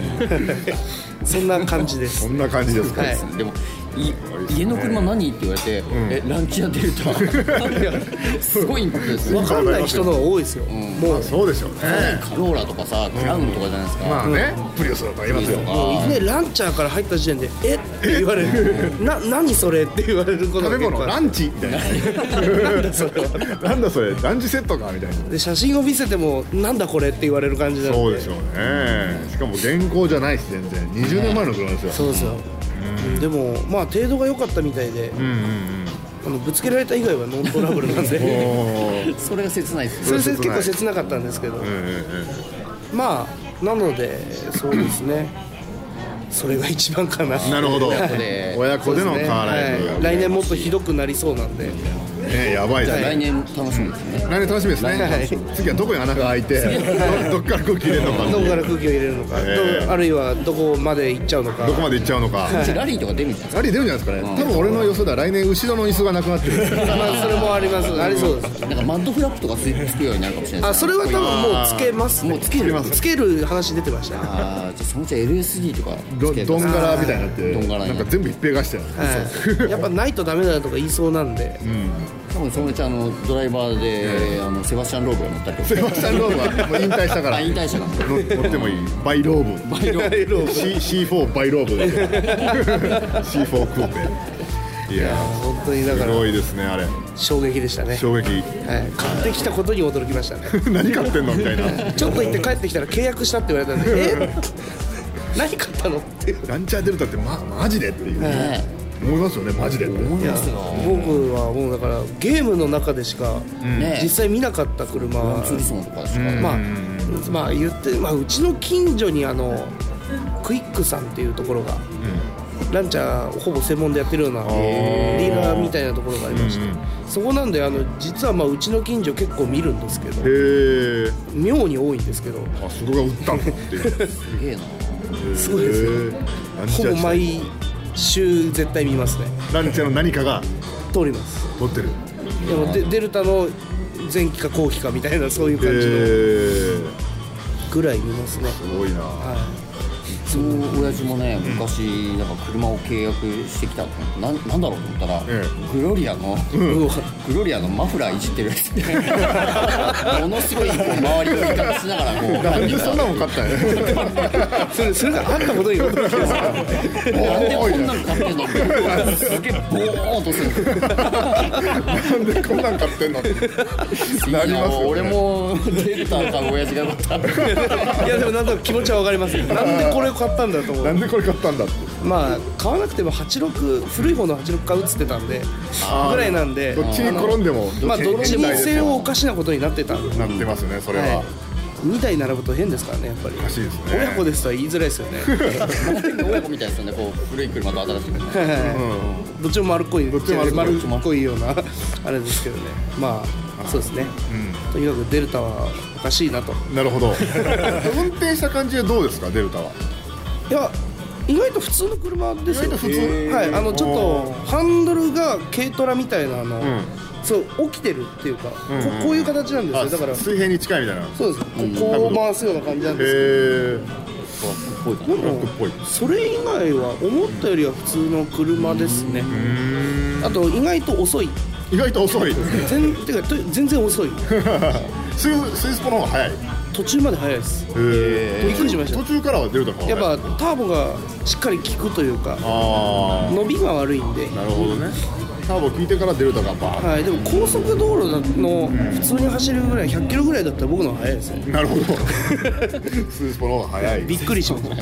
そんな感じで
(laughs) こ
す
んな感じですか
はい
でもい家の車何って言われて、えランチ屋デル (laughs) タすごいインパクトですよ
わかんない人の方が多いですよ、もう
そうでしょうね
カローラとかさクラウンとかじゃないですか、
まあねプリウスとか言いますよ
もうねランチャーから入った時点で「えっ?」て言われ
(laughs)
る「な何それ?」って言われること
食べ物
が結構
ラ
あ
ンチみたいななんだそれランチセットかみたいな
るで写真を見せても「なんだこれ?」って言われる感じなんで
そうでしょうねしかも現行じゃないし全然20年前の車です
そ
よ
うですよ、でもまあ程度が良かったみたいで、あのぶつけられた以外はノントラブルなんで
(laughs)
それが切ないです
そ (laughs)
ね
れで結構切なかったんですけど、まあなのでそうですねそれが一番かな
なるほど
(laughs)
で
親子でのカーライ
は
フ
い来年もっとひどくなりそうなんで
ねやばいです
来
ね
年楽しみですね、
来年楽しみです
は
ね
い
次はどこに穴が開いてど (laughs) どっから空気入れるのか
どこから空気を入れるのか、
ええ
どあるいはどこまで行っちゃうのか
どこまで行っちゃうのか
ラリーとか出るんじゃない
あれ出るんじゃないですかね多分俺の予想では来年後ろの椅子がなくなってる
まあそれもありますありそうです
ですかなんかマッドフラップとかつつくようになるかもしれない
あ
です
そ
ね
れは多分もうつけます、ね、
もうつける
つける話出てましたね
あーじゃあそのうち LSD とか
ど
つけて
どんがらみたいになって
どんがら
な
になんる
か全部一平化してる
はい、やっぱないとダメだとか言いそうなんで、
多分そのうちあのドライバーで、あのセバスチャン・ローブが乗ったりとか
セバスチャン・ローブはもう引退したから
あ引退者が
乗乗ってもいいバイローブ
バイロー
C- C4 バイローブだけど C4 クーペいや
本当にだ
ー
か
す
ら
ごいですねあれ
衝撃でしたね、
衝撃
はい、買ってきたことに驚きましたね
何買ってんのみたいな
ちょっと行って帰ってきたら契約したって言われたんでえ (laughs) 何買ったのっていう
(laughs) ランチャーデルタってまマジでっていう
ね
思いますよねマジでって
思いますよ
僕はもうだからゲームの中でしか
ね
実際見なかった車
ワンツーリスモとかですか、
まあまあ言って、まあ、うちの近所にあのクイックさんっていうところが、ランチャーをほぼ専門でやってるようなリーダーみたいなところがありまして、そこなんであの実はまあうちの近所結構見るんですけ
へ
ど
え
妙に多いんですけど
あそこが売ったのっていう
すげえな
すごいですよ
へえランチ
ほ
ャ
ぼ
ーして
毎週絶対見ますね
ランチャーの何かが
通ります
乗ってる
でもデデルタの前期か後期かみたいなそういう
へ
感じ
え
のぐらい見ますね、
すごいな
うちの親父もね昔なんか車を契約してきたってなんなんだろうと思ったら、
え
グロリアの、
うわ
グロリアのマフラーいじってるやつで
(laughs)
ものすごいこう周りを威嚇しながらこう
なんでそんなもん買ったん (laughs) や
それそれがあったことに驚きます
なんでこんなの買ってんのすげえボーンとする
なんでこんなん買ってんのってなりますよね
俺もデルタか親父がよかった
いやでもなんとなく気持ちはわかりますよなんでこれを買ったんだと思
な
うん
でこれ買ったんだって
まあ買わなくても86古い方の86買うっつってたんでぐらいなんで
どっちに転んでも
まあどっちにせよお
な
かしなことになってたんで、
ってますねそれは
は2台並ぶと変ですからねやっぱり
おかしいですね
親子ですとは言いづらいですよね
親子みたいですよねこう古い車と新しい車
(laughs) どっちも丸っこい
どっちも丸っこい
丸っこいようなあれですけどねまあそうですね、とにかくデルタはおかしいなと
なるほ
(laughs)
ど運転した感じはどうですかデルタはい
や意外と普通の車ですよ
意外と普通
はいあのちょっとハンドルが軽トラみたいなあの、
ん
そう起きてるっていうか、ここういう形なんです
あ
よだから
水平に近いみたいなへ
そうですここを回すような感じなんですけど
え
こういうの
で
ロッ
も
クっぽい
それ以外は思ったよりは普通の車ですねあと意外と遅い
意外と遅い (laughs)
全てかと全然遅い
スイスイスポの方が早い
途中まで早いです
へ
びっくりしました
途中からは出るとか
やっぱターボがしっかり効くというか
あ
伸びが悪いんで
あなるほどねターボ効いてから出るとかバー
はい、でも高速道路の普通に走るぐらい100キロぐらいだったら僕の方が速いですね
ンなるほど (laughs) スイスポの方が早い
びっくりしま
(laughs)
した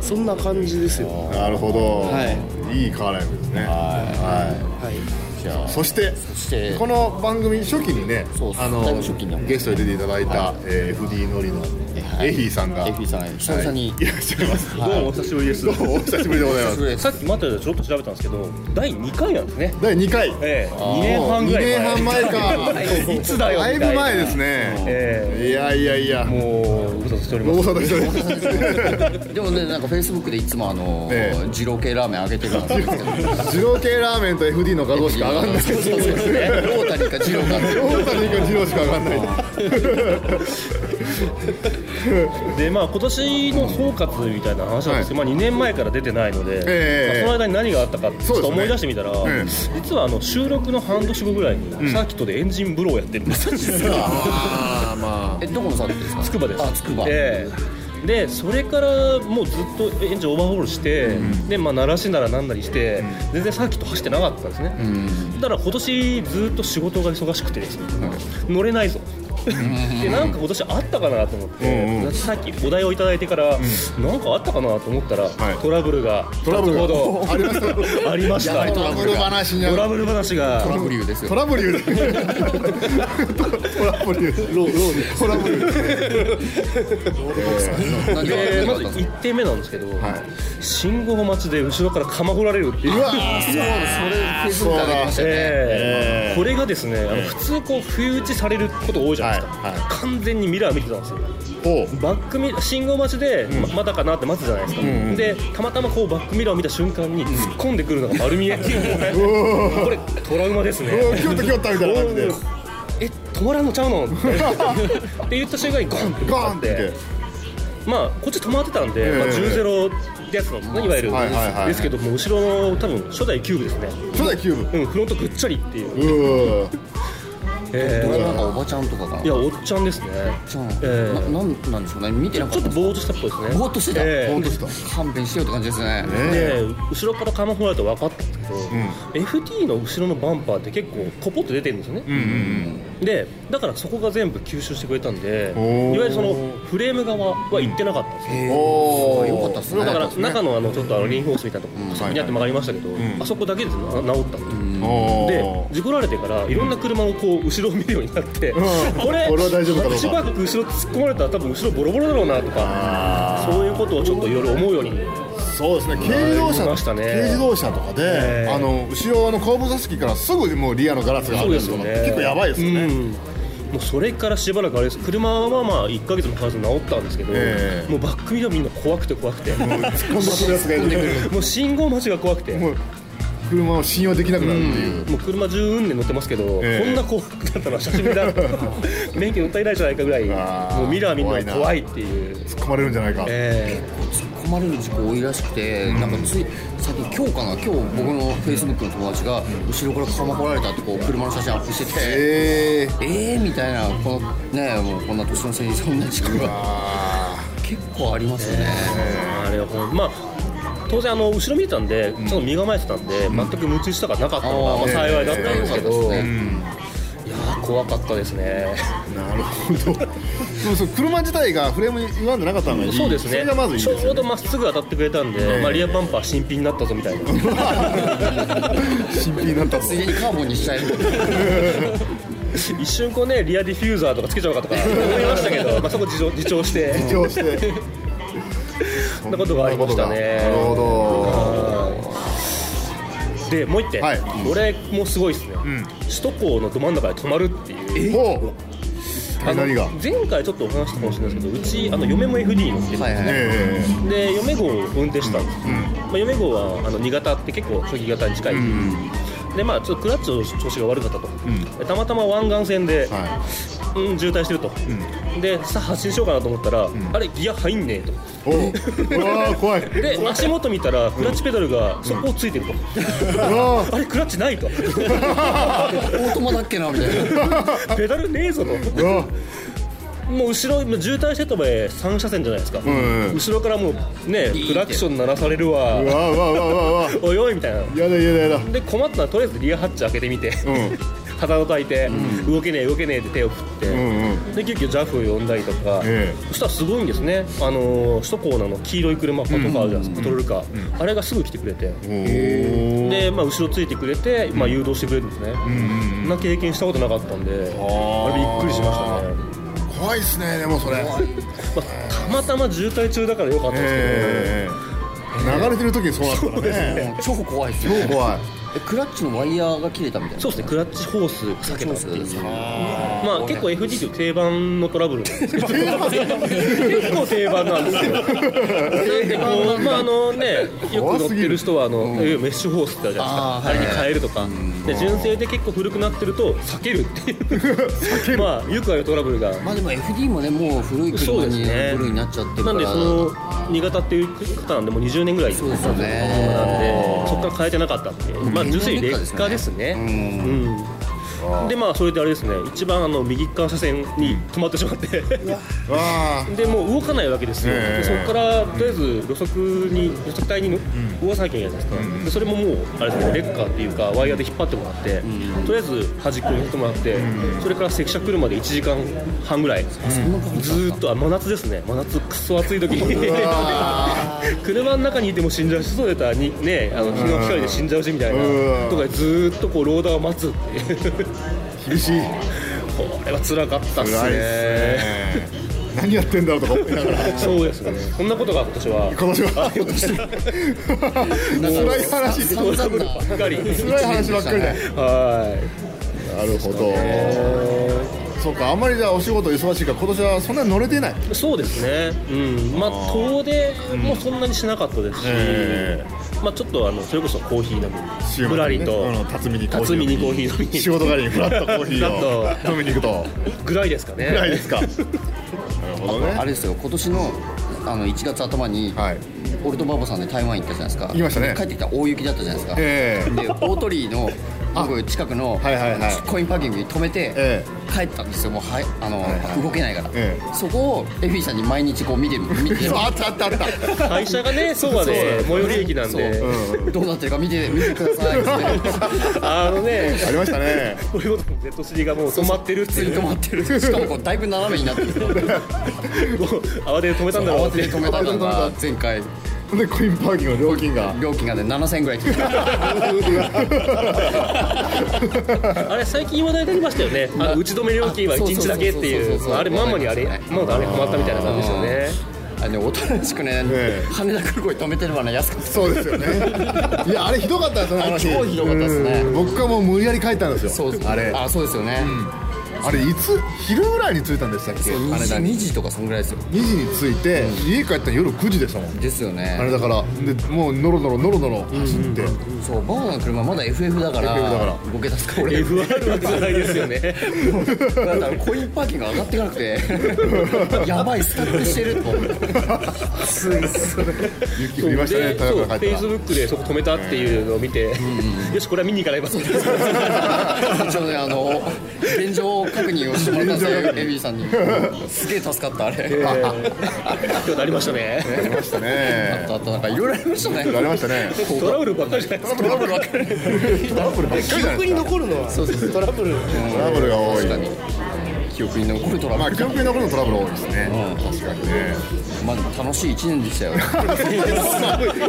そんな感じですよ
なるほど、、
はい
いカーライフですねは
はい
いそして
して
この番組初期にね
そうそう
あの
だいぶ初期に
ゲストに出ていただいた、えー、FD ノリの
はい
エヒーさんが、
エフィさん久々に
はいいらっしゃいます
はい
どうもお久しぶりです
どうもお久しぶりでございます
です
さっき待ってたちょっと調べたんですけど第2回なんですね
第2回
ええ2年半ぐらい
2年半前か
いつだよ
だいぶ前ですね、
え
いやいやいや
え
も
もうご無沙汰しており
う
ま
大
す
阪の人で
でもねなんかフェイスブックでいつもあの
ええ
二郎系ラーメンあげてるんですけど
す二郎系ラーメンと FD の画像しか上がん
(laughs)
ない
そうそうそうロータリーか二郎かっていう
大谷君二郎しか上がんない
でまあ今年の総括みたいな話なんですけど、まあ、2年前から出てないので、
ええ
まあその間に何があったかちょっと思い出してみたら、
そうで
実はあの収録の半年後ぐらいにサーキットでエンジンブローやってるんです
ああま
えどこのサービスですか
つくばです
あつくば
ええでそれからもうずっとエンジンオーバーホールして、でまあ鳴らしならなんなりして、全然サーキット走ってなかったんですね、だから今年ずっと仕事が忙しくてですね、乗れないぞでなんか今年あったかなと思って、
うんうん
さっきお題をいただいてから、なんかあったかなと思ったら、
い
トラブルが
トラブルが
先ほど
ありました
ありまし
や
た
ばい
トラブル話にな
ト
る
ラブル話が
トラブリューですよ
トラブル言うなトラブル言うなトラブル言うな
何が何があったんですか
でまず1点目なんですけど、信号待ちで後ろからかまほられるっていう
うわ
そうそれフェイスブック上げてましたよね、
え
え
えこれがですね、あの普通こう不意打ちされること多いじゃないですか、
はいはい
完全にミラー見てたんですよ
おう
バックミ信号待ちで、ままだかなって待つじゃないですか、でたまたまこうバックミラーを見た瞬間に突っ込んでくるのが丸見えっていうね、これトラウマですね
おうキョッとキョッとみたいな感じで
おーえ止まらんのちゃうの (laughs) ってって言った瞬間にゴンって
ガーンって
ってまあこっち止まってたんで、
ええ
まあ、10ゼロってやつなんですねいわゆる、
はいはいはい
ですけどもう後ろの多分初代キューブですね
初代キュー
うん、フロントぐっちゃりっていう、
ブうー
え
これ
ー
なんかおばちゃんとかが
いやおっちゃんですね
ちゃん、
え
な
ー
なんなんでしょうね見てなか
ちょ
っ
ったと
んです
ぼーっとしたっぽいですね
かぼーっとしてた、
えー
ほんとした
勘弁してよって感じですね
で後ろからカマフラーと分かったんですけど、FT の後ろのバンパーって結構コポって出てるんですよね、でだからそこが全部吸収してくれたんで
おー
いわゆるそのフレーム側は行ってなかったんですよ、
おー
よかったっすね
だから中のあのちょっとあのリンフォースみたいなとこにャって曲がりましたけど、あそこだけですな治ったんで
お
で
ー
事故られてからいろんな車をこう後ろを見るようになって、
ん
これ
これは大丈夫かどうか
しばらく後ろ突っ込まれたら多分後ろボロボロだろうなとかそういうことをちょっといろいろ思うように
そうですね軽自動
ありまし
車、
たね
軽自動車とかで、
ええ
あの後ろの後部座席からすぐもうリアのガラスがあるやつとか、
そうですよね
結構やばいですよね、
うんもうそれからしばらくあれです車はまあ1か月も経たず治ったんですけど、
ええ
もうバックミラーみんな怖くて怖くて
もう突っ込んだ後のやつがいる
もう信号待ちが怖くて
も
もう
う車を信用できなくなるっていう、
車10運で乗ってますけど、
ええ
こんな怖くなったのは久しぶりだ
(laughs)
免許訴えられじゃないかぐらい
あー
もうミラーみん
怖
ない
な
怖いっていう
突っ込まれるんじゃないか、
え
突っ込まれる事故多いらしくて、なんかつい最近今日かな今日僕のフェイスブックの友達が後ろからかまこられたってこう車の写真アップしてて
ええ
えーみたいなこのねもうこんな年のせいにそんな事故が
あ
結構ありますよね
えあれはほんまあ当然あの後ろ見てたんでちょっと身構えてたんで、全く夢中したがなかったのが、まあ、幸いだったんですけど、
ええ
いやー怖かったですね
ーなるほどでもそう車自体がフレームに言わんでなかったのがいい
そうです
そ
ね
れがまずいいですよ、ね、
ちょうどまっすぐ当たってくれたんで、
え
まあ、リアバンパー新品になったぞみたいな
(laughs) 新品になった
ついでにカーボンにしちゃえる
一瞬こうねリアディフューザーとかつけちゃうかとか思いましたけ
(laughs)
ど、まあ、そこ自重自重して
緊張して
そんなことがありました
なる
ね
ほど
でもう一点、
はい
これもすごいですね、首都高のど真ん中で止まるっていう
ほ
あ
う
の
何が
前回ちょっとお話したかもしれないですけどうちあの嫁も FD 乗ってるんですね、
え
で嫁号を運転してたんです、まあ、嫁号はあの新潟って結構初期型に近い、でまあちょっとクラッチの調子が悪かったと、たまたま湾岸線で、うん、渋滞してると、でさあ発進しようかなと思ったら、あれギア入んねえと
おううわー怖い
で足元見たらクラッチペダルがそこをついてると、
わ
あれクラッチ (laughs) ないと
オートマだっけなみたいな
ペダルねえぞと
うわ
もう後ろ今渋滞してた場合3車線じゃないですか、
ん
後ろからもうねクラクション鳴らされるわ
うわうわうわうわうわ
おいおいみたいな
やだやだやだ
で困ったらとりあえずリアハッチ開けてみて、
ん
肌を焚いて、動けねえ動けねえって手を振って、
うんうん
で急遽 JAF を呼んだりとか、
え
そしたらすごいんですね、あのー首都高のあの黄色い車パトカーあるじゃないですか、パトロールカー、あれがすぐ来てくれて、
おー
で、まあ、後ろついてくれて、まあ、誘導してくれるんですね、そんな経験したことなかったんで、あれびっくりしましたね。
怖いっすねでもそれ
まあたまたま渋滞中だから良かったです
ええ流れてる時にそうなったからね
超怖いっす
超
ね
怖い
えクラッチのワイヤーが切れたみたいな
けど、そうですね、クラッチホース避けたっていう、まあ、結構 FD という定番のトラブルなんですけど結構定番なんですよ。なんでこう、まああのね、よく乗ってる人はあの、いわゆるメッシュホースってあるじゃないですか、あれに変えるとか、で純正で結構古くなってると、避けるっていう、まあ、よくあるトラブルが。
まあでも FD もねもう古い
そう
車
です
に
ね
ブルーになっちゃってるか
な
ら
んでその新潟っていう方なんでもう20年ぐらい
そうですよ
な
ね
んでそこから変えてなかったっていうまあ純粋に劣化ですねうんでまあそれであれですね一番あの右側車線に止まってしまって
わ
でもう動かないわけですよ、
ええ
でそこからとりあえず路側に路側帯にの動かさなきゃいけないじゃないですか、でそれももうあれですねレッカーっていうかワイヤーで引っ張ってもらって、とりあえず端っこに引ってもらって、それから関車来るまで1時間半ぐらい、ずーっとあ真夏ですね真夏くっそ暑い時に (laughs) 車の中にいても死んじゃうし外出たらにねあの日の光で死んじゃうしみたいな
うん
とかでずーっとこうローダーを待つって (laughs) いう
ー厳しい
これは辛かったっす
辛いっ
ね
すね何やってんだろうとか思いながら
そうですねそんなことが今年は
今年は辛い話
散々な
ばっかり。
辛い話ばっかりだ
は
なるほどそうかあんまりじゃあお仕事忙しいから今年はそんなに乗れてない
い。そうですね。うん。まあ遠出もそんなにしなかったですし、
え
まあちょっとあのそれこそコーヒー飲
週末
み、
に
ぶらりと
うん辰巳にコーヒー
辰巳にコーヒー飲み、
仕事帰りにフラットコーヒ
フラッ
ーを飲みに行くと
ぐらいですかね。
ぐらいですかなるほど
あ
ね
れですよ今年のあの1月頭に、
はい
俺とバボさんで台湾行ったじゃないですか行
きましたね
帰ってきたら大雪だったじゃないですか、
ええ
(laughs)
で大鳥居の僕近くの
はいはいはい
コインパーキングに止めて、
え
帰ったんですよもうはいあの、
いはい
動けないから、
え
そこをエフィさんに毎日こう見て
(laughs)
見て
あったあったあった
会社がね、そうはね、最寄り駅なんで
そ。どうなってるか見て見てくださいっつ
(laughs)
って
あのね、
ありましたね
こういうことも Z シリがもう止まってるって
普通
い
に
う
止。まって
(laughs)
るしかもこうだいぶ斜めになってる
もう慌てて止めたんだろう
慌
って
てて止めたの
(laughs)
が前回
でコインパーキングの料
(laughs)
金が
料金がね7000円ぐらいついて
あれ最近話題になりましたよね。あの打ち止め (laughs) 料金は一日だけってい
そうそうそう
う
そうそう。
あれまんまにあれ、まだあれハマったみたいな感じですよね。
あのねおとなしくね
え
羽田空港に止めてればね安かった
そうですよねいやあれひどかったですねあの日
超ひどかったですね
うん僕はもう無理やり帰ったんですよ
です
あれ
あそうですよね、
あれいつ昼ぐらいに着いたんでしたっけ
そう2
羽
時
田に
2時とかそんぐらいですよ
2時に着いて家帰ったら夜9時でしたもん
ですよね
あれだからでもうノロノロノロノロ走って
そうバオの車まだ FF だから
FF だから
動け出すか俺
F あるわけじゃないですよね。
だからコインパーキング上がっていかなくてやばいスタックしてると思って
雪
そ
降
う
り
で
ましたね
そう
高田か
フ
ら帰
ェイ
った
スブックでそこ止めたっていうのを見て、よしこれは見に行かないば
ちょうどねあの現状確認をしてもらったんですよエビーさんにすげえ助かったあれあ
今日ありましたね
らありました
っ
ね
たあったなんかいろいろありました
あり
ね
ましたね
(laughs) トラブルばっかりじゃないですか
トラブル分かる
トラブルばっかりじゃない
逆
です
に
か
残るのはトラブル
トラブルが多い
確かに記憶に残るトラ
ま
ブ
あ
ル
記憶に残るトラブル多いですね確かにね
まあでも楽しい1年でしたよ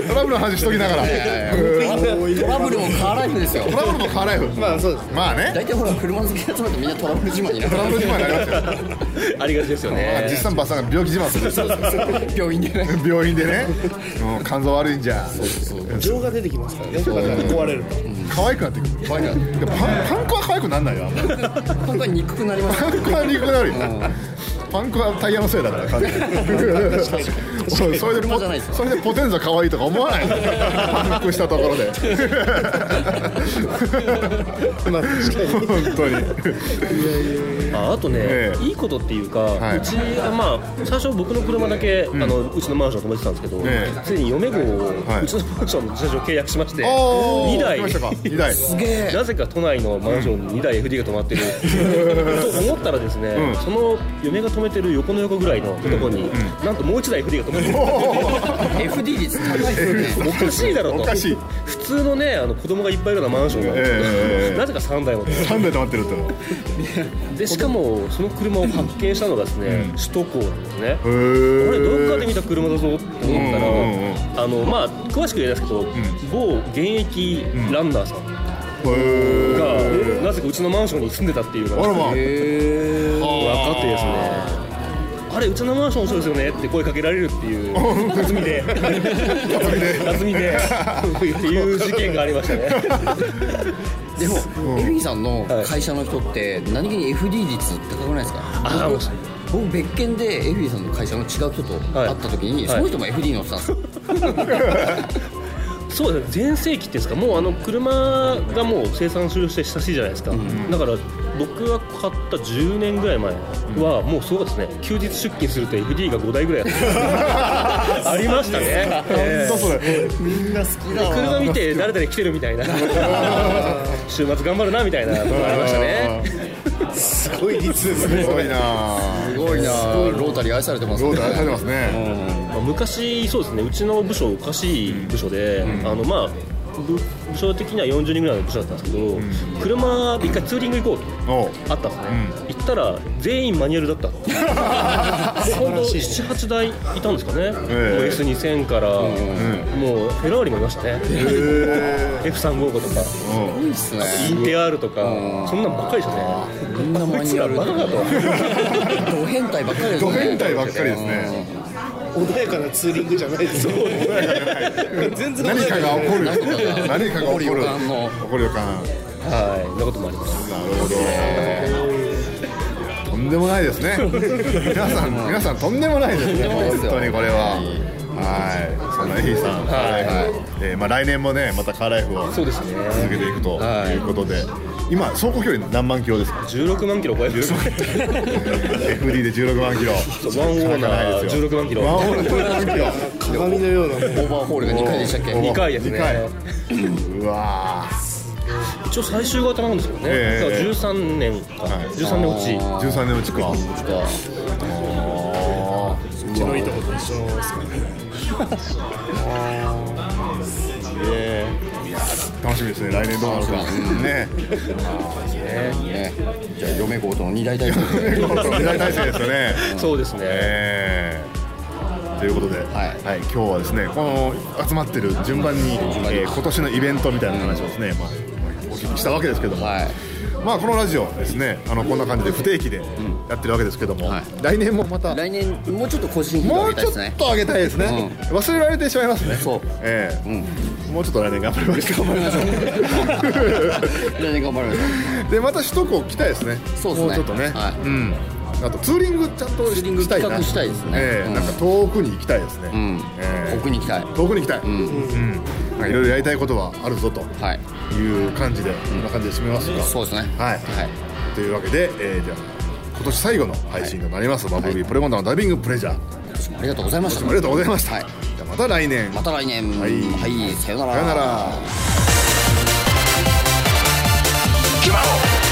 トラブルの話しときながら
トラブルもカーライフですよ
トラブルもカーライフまあそうですまあね
大体ほら車好き集まってみんなトラブル自慢になる
トラブル自慢になりますよ
ありがちですよ
まあ実
ね
際バッサンが病気自慢する
病院でね
病院でね、うん、肝臓悪いんじゃ
情が出てきますからね壊れると
可愛くなってくる
怖いな
でもパンパンクは可愛くなんないよあんまり
本当に憎くなりました
パンクは憎くなるよパンクはタイヤのせいだから完全にそうそれで
車
ポ
じゃないですよ
それでポテンザ可愛いとか思わないパンクしたところで
まあ確かに
本当に
ああとね、
ええ
いいことっていうか、
いう
ちはまあ最初僕の車だけ、うあのうちのマンションに止めてたんですけど、
ええ
ついに嫁号を、
はいう
ちのマンションの駐車場契約しまして
おー
2台
来ましたか2台
なぜか都内のマンションに2台 FD が止まってる、と思ったらですね、
ん
その嫁が止めてる横の横ぐらいのとこに、なんともう1台 FD が止めてる
FD 率高いですよね
おかしいだろと
(laughs) おかしい
普通のねあの子供がいっぱいいるようなマンションなんですけど、
ええ
なぜか3台も
3台溜まってるっての
でしかもその車を発見したのがですね、首都高なんですね、
へえ
これどっかで見た車だぞって思ったら、
うんうんうん
あのまあ詳しく言えないですけど、某現役ランナーさんが、
へえ
なぜかうちのマンションに住んでたっていうの
あ
が
ら
分
まあ
かってですねあれうちのマンションそうですよねって声かけられるっていう厚みで厚み
(laughs)
でっていう事件がありましたね
でもエフィーさんの会社の人って何気に FD 率高くないですか
あもう
僕別件でエフィーさんの会社の違う人と会った時に
はい
その人も FD 乗ってたんですよ
そうですね全盛期っていうんですかもうあの車がもう生産終了して久しいじゃないですか、だから僕が買った10年ぐらい前はもうそうですね休日出勤すると FD が5台ぐらいあっ
(laughs)
たありましたね、え
そうそう
えで車見て誰々来てるみた
(laughs)
いな週末頑張るなみたいなのがありましたね
すごい率ですね
すごいな
すごいなロータリー愛されてます
どう
ね
だされてますね
まあ昔そうですねうちの部署おかしい部署で、あのまあ部部署的には40人ぐらいの部署だったんですけど、車一回ツーリング行こうと
おう
あったんですね、行ったら全員マニュアルだったの本当78台いたんですかね、
ええ
S2000 から、もうフェラーリもいましたね、F355 とか
いいっすね
インテアールとか、そんなんばっかりでしたね
みんなマ
こい
ニ
つ
ュア
ら
ル
バカかと
(laughs) ド変態ばっかりです
ド
ね
変態ばっかりですね
穏やかなツーリングじゃないですよ全然
何かが起こる
何か
何
が
かが起こる
起こる予感の
起こる予感
はいそんなこともあります
なるほど。とんでもないですね。皆さん、皆さんとんでもないですね。本当にこれは。はい、そんなエヒさん、はい、えーまあ来年もね、またカーライフを
そ
続
うですね
けていくと
はい
いうことで。今走行距離何万キロですか。
16万キロ超えてる
FD で16万キロ。
そうワンオーナー16万キロ
ワンオーナー16万キロ。
鏡のような
オーバーホールが2回でしたっけ
2回です
二
ね
回うわ
一応最終型なんですけどね、
ええ
だから13年か、
はい
13年落ち
ー、十三年の地区は。あー
うちのいとこと一緒ですからね
楽しみですね。来年どうなるか
楽しみうん
ね。
ねじゃあ嫁強盗の二大体制
二大体制ですよ (laughs) ね。
そうですね、
えーということで、はい
い
今日はですねこの集まってる順番に、えー今年のイベントみたいな話をですね、まあ、お聞きしたわけですけども、
はい
まあ、このラジオですねあのこんな感じで不定期でやってるわけですけども、
はい
来年もまた
来年もうちょっと個人費
も
を上
う
げた
ち
い
ょっ
ですね
と上げたいですね、忘れられてしまいますね
そう
ええもうちょっと来年頑張りましょう
来年頑張りましょ
でまた首都高来たいですね
そうですね
もうちょっとね、
はい
うんあとツーリングちゃんと
ツーリング
したいな
企画したいですね
ええ
うん
なんか遠くに行きたいですね、
ううん
ええ
奥に行きたい
遠くに行きたい、うんなんかいろいろやりたいことはあるぞと
はい
いう感じで、こんな感じで締めますか、
そうですね
はいというわけで、えーじゃあ今年最後の配信となります、バブルビープレモンダのダイビングプレジャー、
今年もありがとうございまし
ありが
た
とうございました、
はい
じゃあまた来年
また来年
はい
はいさような
さよなら
キマホ